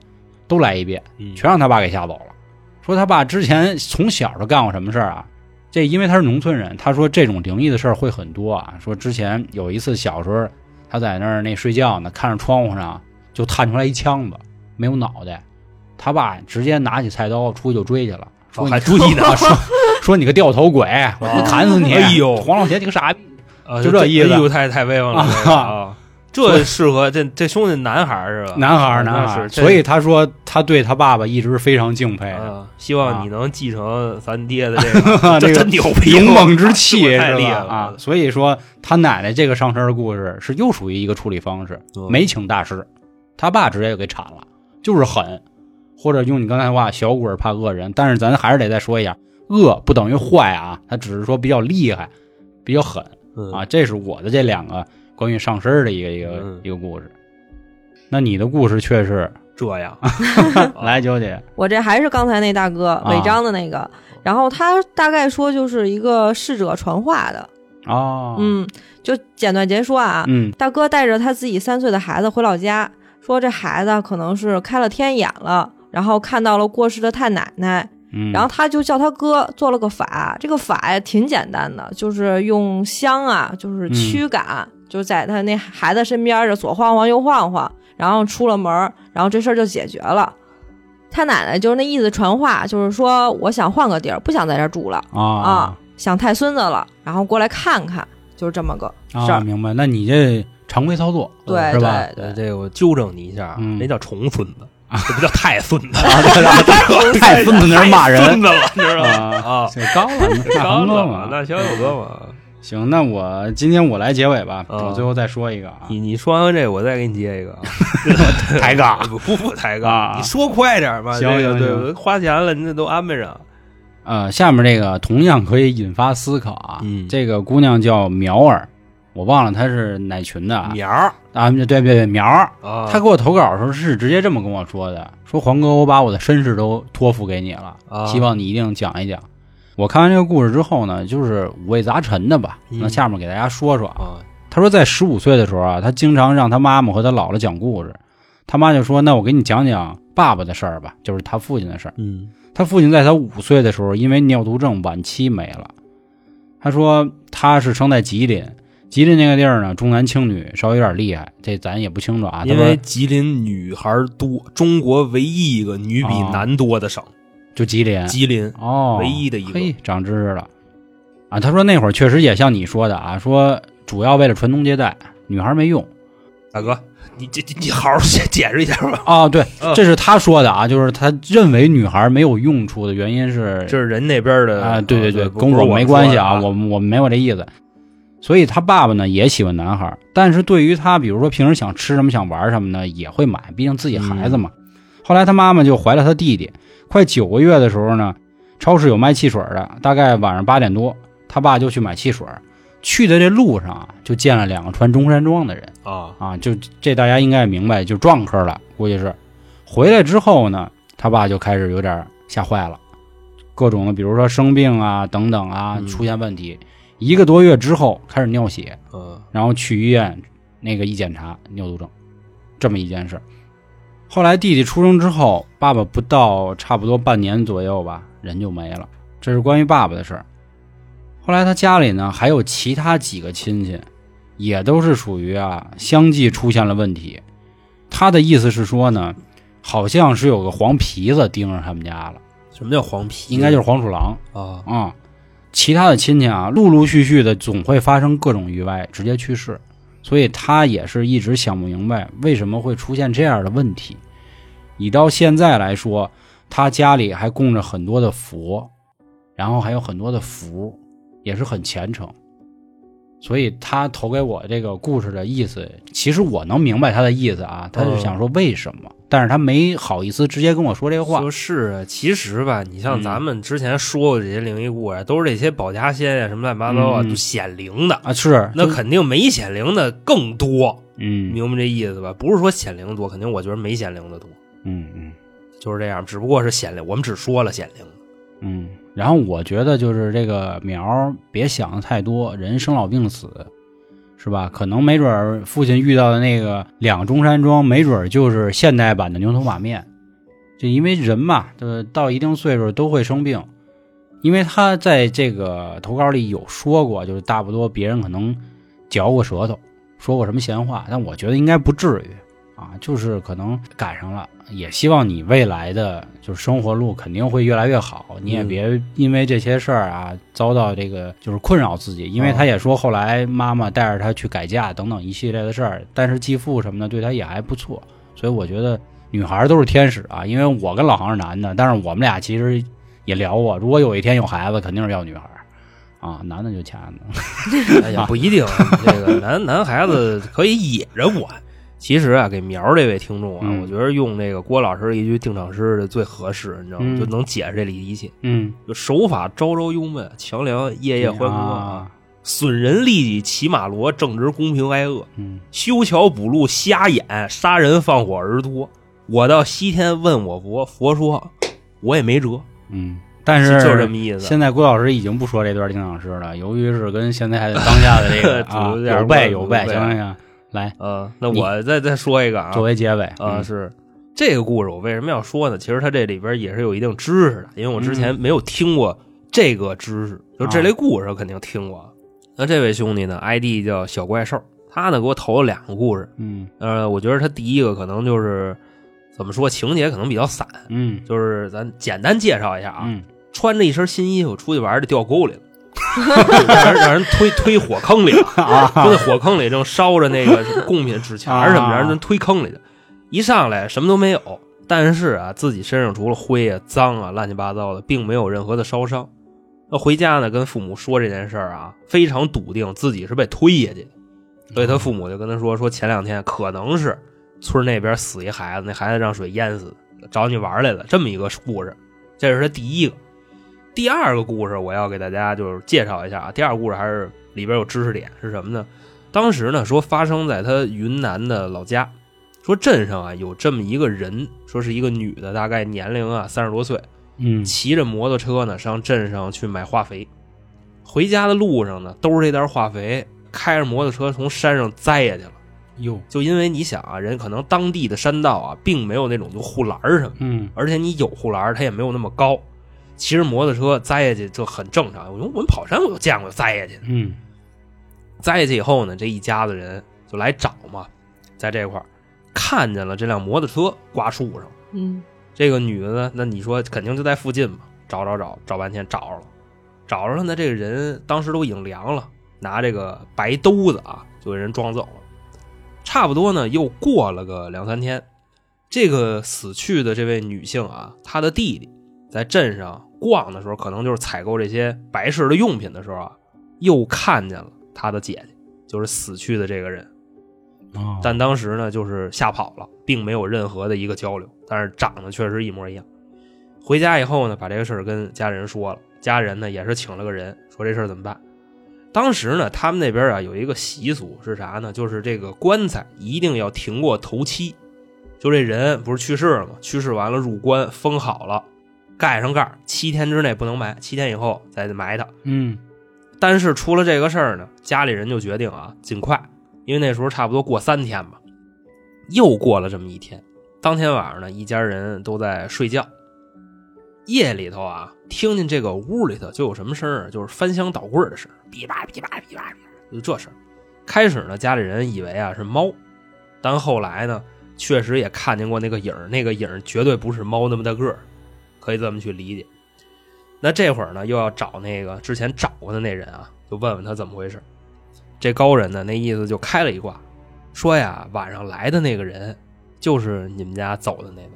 Speaker 1: 都来一遍，
Speaker 3: 嗯
Speaker 1: 全让他爸给吓走了。说他爸之前从小就干过什么事儿啊？这因为他是农村人，他说这种灵异的事儿会很多啊。说之前有一次小时候，他在那儿那睡觉呢，看着窗户上就探出来一枪子，没有脑袋。他爸直接拿起菜刀出去就追去了，说
Speaker 3: 哦
Speaker 1: 你
Speaker 3: 还注意呢
Speaker 1: 啊说说你个掉头鬼，我他妈砍死你！
Speaker 3: 哎呦
Speaker 1: 黄老邪你个傻逼！
Speaker 3: 啊，
Speaker 1: 就这意思
Speaker 3: 哎呦，太太威风了
Speaker 1: 啊
Speaker 3: 这个啊！这适合这这兄弟男孩儿是吧？啊
Speaker 1: 男孩儿，
Speaker 3: 哦那
Speaker 1: 男孩
Speaker 3: 是
Speaker 1: 儿，
Speaker 3: 这
Speaker 1: 所以他说他对他爸爸一直是非常敬佩 的，
Speaker 3: 啊，希望你能继承咱 爹的这个，
Speaker 1: 这
Speaker 3: 这
Speaker 1: 个
Speaker 3: 真牛逼， 啊
Speaker 1: 勇猛之
Speaker 3: 这
Speaker 1: 气
Speaker 3: 哎我太
Speaker 1: 是
Speaker 3: 厉
Speaker 1: 吧？
Speaker 3: 害了
Speaker 1: 啊，所以说他奶奶这个上身的故事是又属于一个处理方式，
Speaker 3: 嗯
Speaker 1: 没请大师，他爸直接就给铲了，就是狠，或者用你刚才的话，小鬼儿怕恶人，但是咱还是得再说一下，恶不等于坏啊，他只是说比较厉害，比较狠
Speaker 3: 嗯
Speaker 1: 啊，这是我的这两个关于上身的一个一个、
Speaker 3: 嗯
Speaker 1: 一个故事。那你的故事却是
Speaker 3: 这 样啊
Speaker 1: 来，九
Speaker 3: 嗯
Speaker 1: 姐，
Speaker 4: 我这还是刚才那大哥
Speaker 1: 啊
Speaker 4: 违章的那个，然后他大概说就是一个逝者传话的，
Speaker 1: 哦，
Speaker 4: 嗯，就简短截说啊，
Speaker 1: 嗯
Speaker 4: 大哥带着他自己三岁的孩子回老家，说这孩子可能是开了天眼了，然后看到了过世的太奶奶，
Speaker 1: 嗯，
Speaker 4: 然后他就叫他哥做了个法，这个法呀挺简单的，就是用香啊，就是驱赶，就在他那孩子身边儿左晃晃右晃晃，然后出了门儿，然后这事儿就解决了。他奶奶就是那意思传话，就是说我想换个地儿，不想在这儿住了
Speaker 1: 啊
Speaker 4: 啊，想太孙子了，然后过来看看，就是这么个事
Speaker 1: 啊，
Speaker 4: 儿。
Speaker 1: 明白？那你这常规操作
Speaker 4: 对
Speaker 1: 是吧？
Speaker 4: 对
Speaker 3: 呃
Speaker 4: 对，
Speaker 3: 这个我纠正你一下啊，
Speaker 1: 嗯
Speaker 3: 那叫重孙子，这不叫太孙子，
Speaker 1: 啊，对对 对太孙子那儿骂
Speaker 3: 孙
Speaker 1: 人
Speaker 3: 子了，你知道吗？
Speaker 1: 啊，
Speaker 3: 啊，
Speaker 1: 这高了，那
Speaker 3: 刚
Speaker 1: 行
Speaker 3: 了
Speaker 1: 哥
Speaker 3: 嘛，
Speaker 1: 嘛。
Speaker 3: 那小有哥嘛，
Speaker 1: 行，那我今天我来结尾吧，
Speaker 3: 啊
Speaker 1: 我最后再说一个啊，
Speaker 3: 你你说完这，我再给你接一 个啊，
Speaker 1: 抬杠
Speaker 3: 不不不抬
Speaker 1: 啊
Speaker 3: 杠，你说快点嘛，
Speaker 1: 行
Speaker 3: 这个
Speaker 1: 行
Speaker 3: 对
Speaker 1: 行
Speaker 3: 我花钱了，你这都安排上，
Speaker 1: 呃，下面这个同样可以引发思考啊。
Speaker 3: 嗯
Speaker 1: 这个姑娘叫苗儿，我忘了她是哪群的啊？
Speaker 3: 苗儿
Speaker 1: 啊，对对对，苗儿。
Speaker 3: 啊，
Speaker 1: 她给我投稿的时候是直接这么跟我说的，说黄哥，我把我的身世都托付给你了，
Speaker 3: 啊
Speaker 1: 希望你一定讲一讲。我看完这个故事之后呢，就是五味杂陈的吧。
Speaker 3: 嗯
Speaker 1: 那下面给大家说说啊，
Speaker 3: 啊，
Speaker 1: 他说在十五岁的时候啊，他经常让他妈妈和他姥姥讲故事，他妈就说：“那我给你讲讲爸爸的事儿吧，就是他父亲的事儿。”
Speaker 3: 嗯
Speaker 1: 他父亲在他五岁的时候，因为尿毒症晚期没了。他说他是生在吉林，吉林那个地儿呢，重男轻女稍微有点厉害，这咱也不清楚啊。他
Speaker 3: 因
Speaker 1: 说
Speaker 3: 为吉林女孩多，中国唯一一个女比
Speaker 1: 啊
Speaker 3: 男多的省，
Speaker 1: 就吉林，
Speaker 3: 吉林
Speaker 1: 哦，
Speaker 3: 唯一的一个
Speaker 1: 嘿，长知识了啊！他说那会儿确实也像你说的啊，说主要为了传宗接代，女孩没用。
Speaker 3: 大哥，你这这你好好解解释一下吧。
Speaker 1: 哦，对
Speaker 3: 嗯，
Speaker 1: 这是他说的啊，就是他认为女孩没有用处的原因是
Speaker 3: 这是人那边的
Speaker 1: 啊，对对对，
Speaker 3: 不
Speaker 1: 跟
Speaker 3: 不是
Speaker 1: 没关系啊，
Speaker 3: 说的
Speaker 1: 我们我们没有这意思。所以他爸爸呢也喜欢男孩儿，但是对于他，比如说平时想吃什么、想玩什么呢，也会买，毕竟自己孩
Speaker 3: 嗯
Speaker 1: 子嘛。后来他妈妈就怀了他弟弟，快九个月的时候呢，超市有卖汽水的，大概晚上八点多，他爸就去买汽水。去的这路上啊，就见了两个穿中山装的人。
Speaker 3: 啊，
Speaker 1: 啊，就这大家应该也明白，就撞科了，估计是。回来之后呢，他爸就开始有点吓坏了，各种的，比如说生病啊等等啊
Speaker 3: 嗯，
Speaker 1: 出现问题。一个多月之后开始尿血，
Speaker 3: 嗯
Speaker 1: 然后去医院那个一检查，尿毒症，这么一件事儿。后来弟弟出生之后，爸爸不到差不多半年左右吧，人就没了。这是关于爸爸的事儿。后来他家里呢还有其他几个亲戚，也都是属于啊相继出现了问题。他的意思是说呢，好像是有个黄皮子盯上他们家了，
Speaker 3: 什么叫黄皮？
Speaker 1: 应该就是黄鼠狼。
Speaker 3: 啊
Speaker 1: 啊、其他的亲戚啊，陆陆续续的总会发生各种意外，直接去世，所以他也是一直想不明白为什么会出现这样的问题。以到现在来说，他家里还供着很多的佛，然后还有很多的符，也是很虔诚。所以他投给我这个故事的意思，其实我能明白他的意思啊，他就想说为什么，但是他没好意思直接跟我说这个话
Speaker 3: 说。是啊，其实吧，你
Speaker 1: 嗯
Speaker 3: 像咱们之前说过这些灵异故事，都是这些保家仙呀什么乱七八糟啊，
Speaker 1: 嗯
Speaker 3: 就显灵的，
Speaker 1: 啊，是
Speaker 3: 那
Speaker 1: 就
Speaker 3: 肯定没显灵的更多，
Speaker 1: 嗯
Speaker 3: 明白这意思吧？不是说显灵多，肯定我觉得没显灵的多，
Speaker 1: 嗯嗯
Speaker 3: 就是这样。只不过是显灵，我们只说了显灵，
Speaker 1: 嗯。然后我觉得就是这个苗儿别想的太多，人生老病死，是吧？可能没准儿父亲遇到的那个两中山装，没准儿就是现代版的牛头马面。就因为人嘛，就是到一定岁数都会生病，因为他在这个投稿里有说过，就是大不多别人可能嚼过舌头，说过什么闲话，但我觉得应该不至于啊，就是可能赶上了。也希望你未来的就是生活路肯定会越来越好，你也
Speaker 3: 嗯
Speaker 1: 别因为这些事儿啊遭到这个就是困扰自己，因为
Speaker 3: 哦
Speaker 1: 他也说后来妈妈带着他去改嫁等等一系列的事儿，但是继父什么的对他也还不错，所以我觉得女孩儿都是天使啊，因为我跟老航是男的，但是我们俩其实也聊过，如果有一天有孩子，肯定是要女孩儿啊，男的就掐男的。
Speaker 3: 哎呀，不一定啊。这 个男男孩子可以野着管。其实啊，给苗儿这位听众啊，
Speaker 1: 嗯
Speaker 3: 我觉得用这个郭老师一句定场诗最合适，你知道吗？
Speaker 1: 嗯
Speaker 3: 就能解释这里一切。
Speaker 1: 嗯，
Speaker 3: 就手法朝朝忧闷，强梁夜夜欢歌
Speaker 1: 啊，
Speaker 3: 损人利己，骑马骡，正直公平挨饿，
Speaker 1: 嗯
Speaker 3: 修桥补路瞎眼，杀人放火而多。我到西天问我佛，佛说，我也没辙，
Speaker 1: 嗯，但
Speaker 3: 就是这么意思。
Speaker 1: 现在郭老师已经不说这段定场诗了，由于是跟现在当下的这 个
Speaker 3: 主
Speaker 1: 啊
Speaker 3: 有点
Speaker 1: 有备
Speaker 3: 关
Speaker 1: 有备，
Speaker 3: 有备
Speaker 1: 行行行，来
Speaker 3: 呃，那我再再说一个啊，
Speaker 1: 作为结尾
Speaker 3: 啊、
Speaker 1: 嗯
Speaker 3: 是这个故事，我为什么要说呢？其实它这里边也是有一定知识的，因为我之前
Speaker 1: 嗯
Speaker 3: 没有听过这个知识，就
Speaker 1: 啊
Speaker 3: 这类故事我肯定听过。那这位兄弟呢，ID 叫小怪兽，他呢给我投了两个故事。
Speaker 1: 嗯
Speaker 3: 呃，我觉得他第一个可能就是怎么说，情节可能比较散，
Speaker 1: 嗯
Speaker 3: 就是咱简单介绍一下啊，
Speaker 1: 嗯
Speaker 3: 穿着一身新衣服出去玩儿，就掉沟里了。让人让人推推火坑里了，就在火坑里正烧着那个贡品、纸钱儿什么的，
Speaker 1: 啊
Speaker 3: 让人推坑里去。一上来什么都没有，但是啊，自己身上除了灰啊、脏啊、乱七八糟的，并没有任何的烧伤。那回家呢，跟父母说这件事儿啊，非常笃定自己是被推下去的，所以他父母就跟他说：“说前两天可能是村那边死一孩子，那孩子让水淹死的，找你玩儿来了。”这么一个故事，这是他第一个。第二个故事我要给大家就是介绍一下啊，第二个故事还是里边有知识点是什么呢？当时呢说发生在他云南的老家，说镇上啊有这么一个人，说是一个女的，大概年龄啊三十多岁，
Speaker 1: 嗯
Speaker 3: 骑着摩托车呢上镇上去买化肥，回家的路上呢兜着这袋化肥，开着摩托车从山上栽下去了。
Speaker 1: 哟
Speaker 3: 就因为你想啊，人可能当地的山道啊，并没有那种就护栏儿什么的。
Speaker 1: 嗯
Speaker 3: 而且你有护栏，它也没有那么高。骑着摩托车栽下去这很正常，我我们跑山我就见过栽下去的。
Speaker 1: 嗯
Speaker 3: 栽下去以后呢，这一家子人就来找嘛，在这块儿看见了这辆摩托车挂树上，
Speaker 4: 嗯，
Speaker 3: 这个女的呢，那你说肯定就在附近嘛，找找找找半天找着了，找着了呢，这个人当时都已经凉了，拿这个白兜子啊就给人装走了。差不多呢，又过了个两三天，这个死去的这位女性啊，她的弟弟在镇上逛的时候，可能就是采购这些白事的用品的时候啊，又看见了她的姐姐，就是死去的这个人。
Speaker 1: 哦
Speaker 3: 但当时呢，就是吓跑了，并没有任何的一个交流，但是长得确实一模一样。回家以后呢，把这个事儿跟家人说了，家人呢也是请了个人，说这事儿怎么办。当时呢，他们那边啊有一个习俗是啥呢？就是这个棺材一定要停过头七，就这人不是去世了吗？去世完了入棺封好了，盖上盖儿，七天之内不能埋，七天以后再埋它。
Speaker 1: 嗯
Speaker 3: 但是出了这个事儿呢，家里人就决定啊，尽快，因为那时候差不多过三天吧。又过了这么一天，当天晚上呢，一家人都在睡觉。夜里头啊，听见这个屋里头就有什么声儿啊，就是翻箱倒柜儿的声儿，噼啪噼啪噼啪噼啪，就这声儿。开始呢，家里人以为啊是猫，但后来呢，确实也看见过那个影儿，那个影儿绝对不是猫那么大个儿，可以这么去理解。那这会儿呢，又要找那个之前找过的那人啊，就问问他怎么回事。这高人呢，那意思就开了一卦，说呀，晚上来的那个人就是你们家走的那位。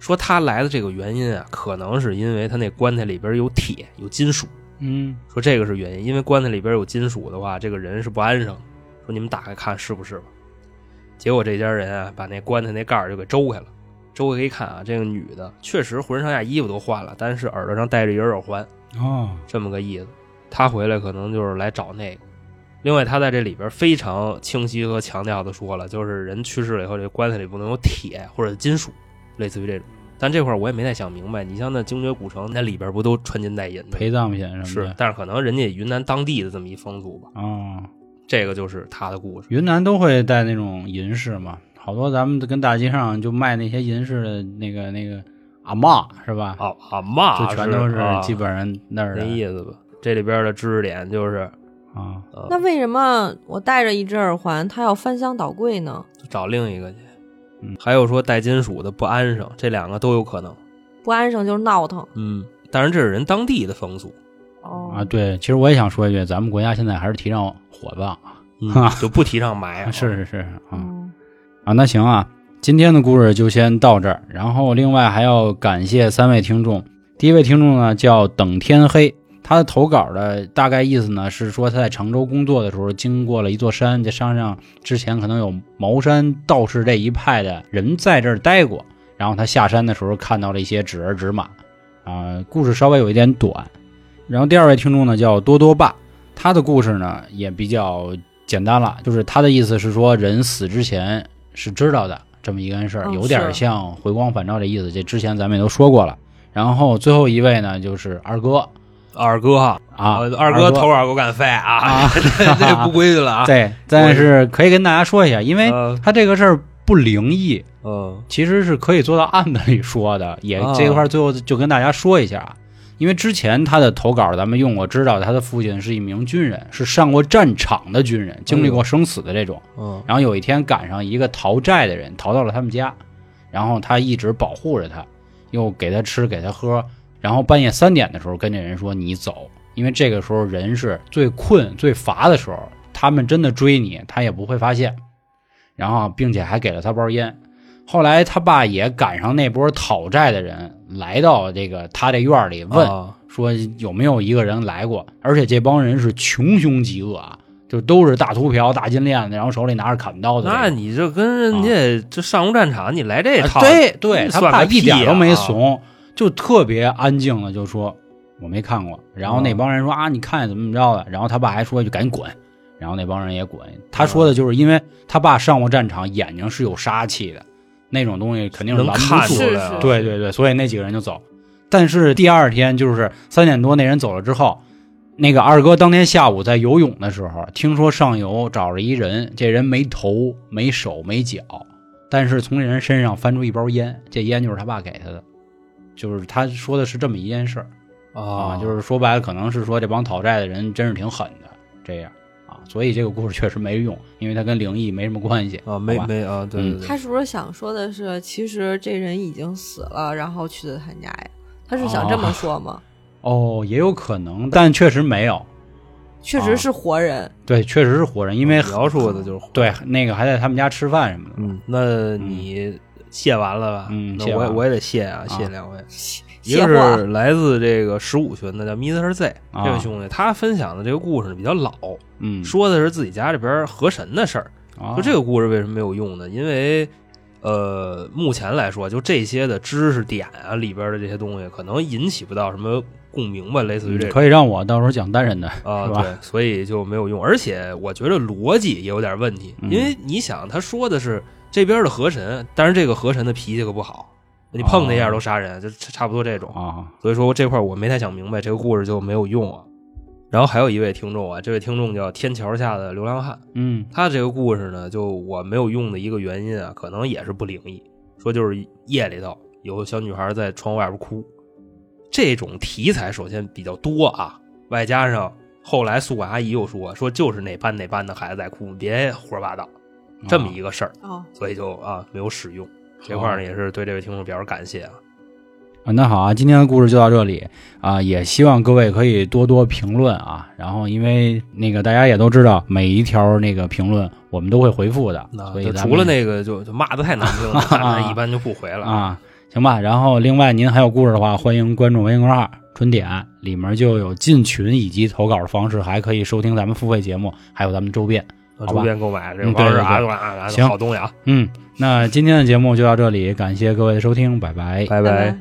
Speaker 3: 说他来的这个原因啊，可能是因为他那棺材里边有铁，有金属，
Speaker 1: 嗯
Speaker 3: 说这个是原因，因为棺材里边有金属的话，这个人是不安生。说你们打开看是不是吧？结果这家人啊，把那棺材那盖儿就给周开了。周开一看啊，这个女的确实浑身上下衣服都换了，但是耳朵上戴着一耳耳环，
Speaker 1: 哦，
Speaker 3: 这么个意思。她回来可能就是来找那个。另外，她在这里边非常清晰和强调的说了，就是人去世了以后，这棺材里不能有铁或者金属，类似于这种。但这块儿我也没太想明白，你像那精绝古城那里边不都穿金戴银的吗？
Speaker 1: 陪葬品什么的
Speaker 3: 是，但是可能人家云南当地的这么一风俗吧。
Speaker 1: 哦，
Speaker 3: 这个就是他的故事。
Speaker 1: 云南都会带那种银饰嘛，好多咱们跟大街上就卖那些银饰的那个那个阿嬷是吧？
Speaker 3: 啊啊嘛，
Speaker 1: 就全都是
Speaker 3: 啊
Speaker 1: 基本上那儿
Speaker 3: 那
Speaker 1: 的
Speaker 3: 意思吧。这里边的知识点就是，
Speaker 1: 啊，
Speaker 3: 呃、
Speaker 4: 那为什么我戴着一只耳环，他要翻箱倒柜呢？
Speaker 3: 找另一个去。
Speaker 1: 嗯
Speaker 3: 还有说带金属的不安生，这两个都有可能。
Speaker 4: 不安生就是闹腾
Speaker 3: 嗯，当然这是人当地的风俗，
Speaker 4: 哦
Speaker 1: 啊，对，其实我也想说一句，咱们国家现在还是提倡火葬，
Speaker 3: 嗯
Speaker 1: 哈，
Speaker 3: 就不提倡埋 啊。
Speaker 1: 是是是啊。
Speaker 4: 嗯
Speaker 1: 啊，那行啊，今天的故事就先到这儿。然后，另外还要感谢三位听众。第一位听众呢叫等天黑，他的投稿的大概意思呢是说他在常州工作的时候，经过了一座山，这山上之前可能有茅山道士这一派的人在这儿待过，然后他下山的时候看到了一些指儿指马，啊、故事稍微有一点短。然后第二位听众呢叫多多爸，他的故事呢也比较简单了，就是他的意思是说人死之前是知道的这么一件事儿，
Speaker 4: 嗯
Speaker 1: 有点
Speaker 4: 是
Speaker 1: 像回光返照的意思。这之前咱们也都说过了。然后最后一位呢就是二哥
Speaker 3: 二哥哈，
Speaker 1: 啊
Speaker 3: 呃，二
Speaker 1: 哥
Speaker 3: 哥头耳骨敢费啊，
Speaker 1: 啊
Speaker 3: 这这不规矩了 啊。
Speaker 1: 对，但是可以跟大家说一下，因为
Speaker 3: 呃
Speaker 1: 他这个事儿不灵异，
Speaker 3: 嗯
Speaker 1: 其实是可以做到案子里说的， 也
Speaker 3: 啊
Speaker 1: 这一块儿最后就跟大家说一下啊，因为之前他的投稿咱们用过，知道他的父亲是一名军人，是上过战场的军人，经历
Speaker 3: 哎
Speaker 1: 过生死的这种。
Speaker 3: 嗯
Speaker 1: 然后有一天赶上一个逃债的人逃到了他们家，然后他一直保护着他，又给他吃给他喝，然后半夜三点的时候跟这人说你走，因为这个时候人是最困最乏的时候，他们真的追你他也不会发现，然后并且还给了他包烟。后来他爸也赶上那波讨债的人来到这个他这院儿里问，
Speaker 3: 啊
Speaker 1: 说有没有一个人来过，而且这帮人是穷凶极恶啊，就都是大秃瓢、大金链子，然后手里拿着砍刀的
Speaker 3: 那
Speaker 1: 这种。
Speaker 3: 你这跟人家这上过战场，你来这
Speaker 1: 啊
Speaker 3: 套，
Speaker 1: 对对，他
Speaker 3: 算
Speaker 1: 爸
Speaker 3: 个
Speaker 1: 一
Speaker 3: 屁
Speaker 1: 点
Speaker 3: 啊
Speaker 1: 都没怂，就特别安静的就说我没看过。然后那帮人说啊，你看见怎么怎么着了？然后他爸还说就赶紧滚。然后那帮人也滚。他说
Speaker 3: 啊
Speaker 1: 的就是因为他爸上过战场，眼睛是有杀气的，那种东西肯定是
Speaker 3: 能
Speaker 1: 拦
Speaker 3: 看
Speaker 1: 不住
Speaker 3: 出
Speaker 1: 的。
Speaker 3: 来啊。
Speaker 4: 是是
Speaker 1: 对对对，所以那几个人就走。但是第二天就是三点多那人走了之后，那个二哥当天下午在游泳的时候，听说上游找着一人，这人没头、没手、没脚，但是从这人身上翻出一包烟，这烟就是他爸给他的。就是他说的是这么一件事儿啊，
Speaker 3: 啊，
Speaker 1: 就是说白了，可能是说这帮讨债的人真是挺狠的，这样啊，所以这个故事确实没用，因为它跟灵异没什么关系
Speaker 3: 啊，没
Speaker 1: 好吧
Speaker 3: 没啊，对
Speaker 1: 嗯
Speaker 3: 对
Speaker 4: 他
Speaker 3: 对，
Speaker 4: 是不是想说的是，其实这人已经死了，然后去的他家呀？他是想这么说吗？
Speaker 1: 哦，也有可能，但确实没有，
Speaker 4: 确实是活人，
Speaker 1: 对，确实是活人，因为
Speaker 3: 描述的就是
Speaker 1: 对，那个还在他们家吃饭什么的。
Speaker 3: 嗯，那你谢完了吧？
Speaker 1: 嗯
Speaker 3: 那
Speaker 1: 谢
Speaker 3: 我
Speaker 1: 完
Speaker 3: 也
Speaker 1: 了
Speaker 3: 我也得谢啊，
Speaker 1: 啊
Speaker 3: 谢两位。一
Speaker 4: 邪
Speaker 3: 个
Speaker 4: 货
Speaker 3: 是来自这个十五群的叫 Mr. Z
Speaker 1: 啊
Speaker 3: 这位兄弟，他分享的这个故事比较老，
Speaker 1: 嗯，
Speaker 3: 说的是自己家这边河神的事儿。
Speaker 1: 啊
Speaker 3: 就这个故事为什么没有用呢？因为呃，目前来说，就这些的知识点啊里边的这些东西，可能引起不到什么共鸣吧，类似于这
Speaker 1: 嗯
Speaker 3: 种
Speaker 1: 可以让我到时候讲单人的
Speaker 3: 啊
Speaker 1: 是，吧
Speaker 3: 对，所以就没有用。而且我觉得逻辑也有点问题，
Speaker 1: 嗯
Speaker 3: 因为你想，他说的是这边的河神，但是这个河神的脾气可不好，你碰他一
Speaker 1: 哦
Speaker 3: 下都杀人，就差不多这种。
Speaker 1: 啊
Speaker 3: 所以说这块儿我没太想明白，这个故事就没有用啊。然后还有一位听众啊，这位听众叫天桥下的流浪汉，
Speaker 1: 嗯
Speaker 3: 他这个故事呢，就我没有用的一个原因啊，可能也是不灵异，说就是夜里头有小女孩在窗外边哭，这种题材首先比较多啊，外加上后来宿管阿姨又说说就是哪班哪班的孩子在哭，别胡说八道， 这么一个事儿，
Speaker 4: 哦，
Speaker 3: 所以就啊没有使用。这块儿呢也是对这位听众表示感谢啊。
Speaker 1: 啊，那好啊，今天的故事就到这里啊，也希望各位可以多多评论啊。然后，因为那个大家也都知道，每一条那个评论我们都会回复的，
Speaker 3: 那
Speaker 1: 所
Speaker 3: 就
Speaker 1: 以咱
Speaker 3: 除了
Speaker 1: 们
Speaker 3: 那个就就骂的太难 听了，咱们一般就不回了。啊
Speaker 1: 啊，行吧。然后，另外您还有故事的话，欢迎关注微信公众号“中纯点里面就有进群以及投稿方式，还可以收听咱们付费节目，还有咱们周边。好
Speaker 3: 啊
Speaker 1: 吧
Speaker 3: 周边购买这个
Speaker 1: 嗯对
Speaker 3: 方式啊，
Speaker 1: 对对
Speaker 3: 啊啊啊
Speaker 1: 行
Speaker 3: 好东西啊，
Speaker 1: 嗯，那今天的节目就到这里，感谢各位的收听，拜拜。
Speaker 3: 拜
Speaker 4: 拜拜。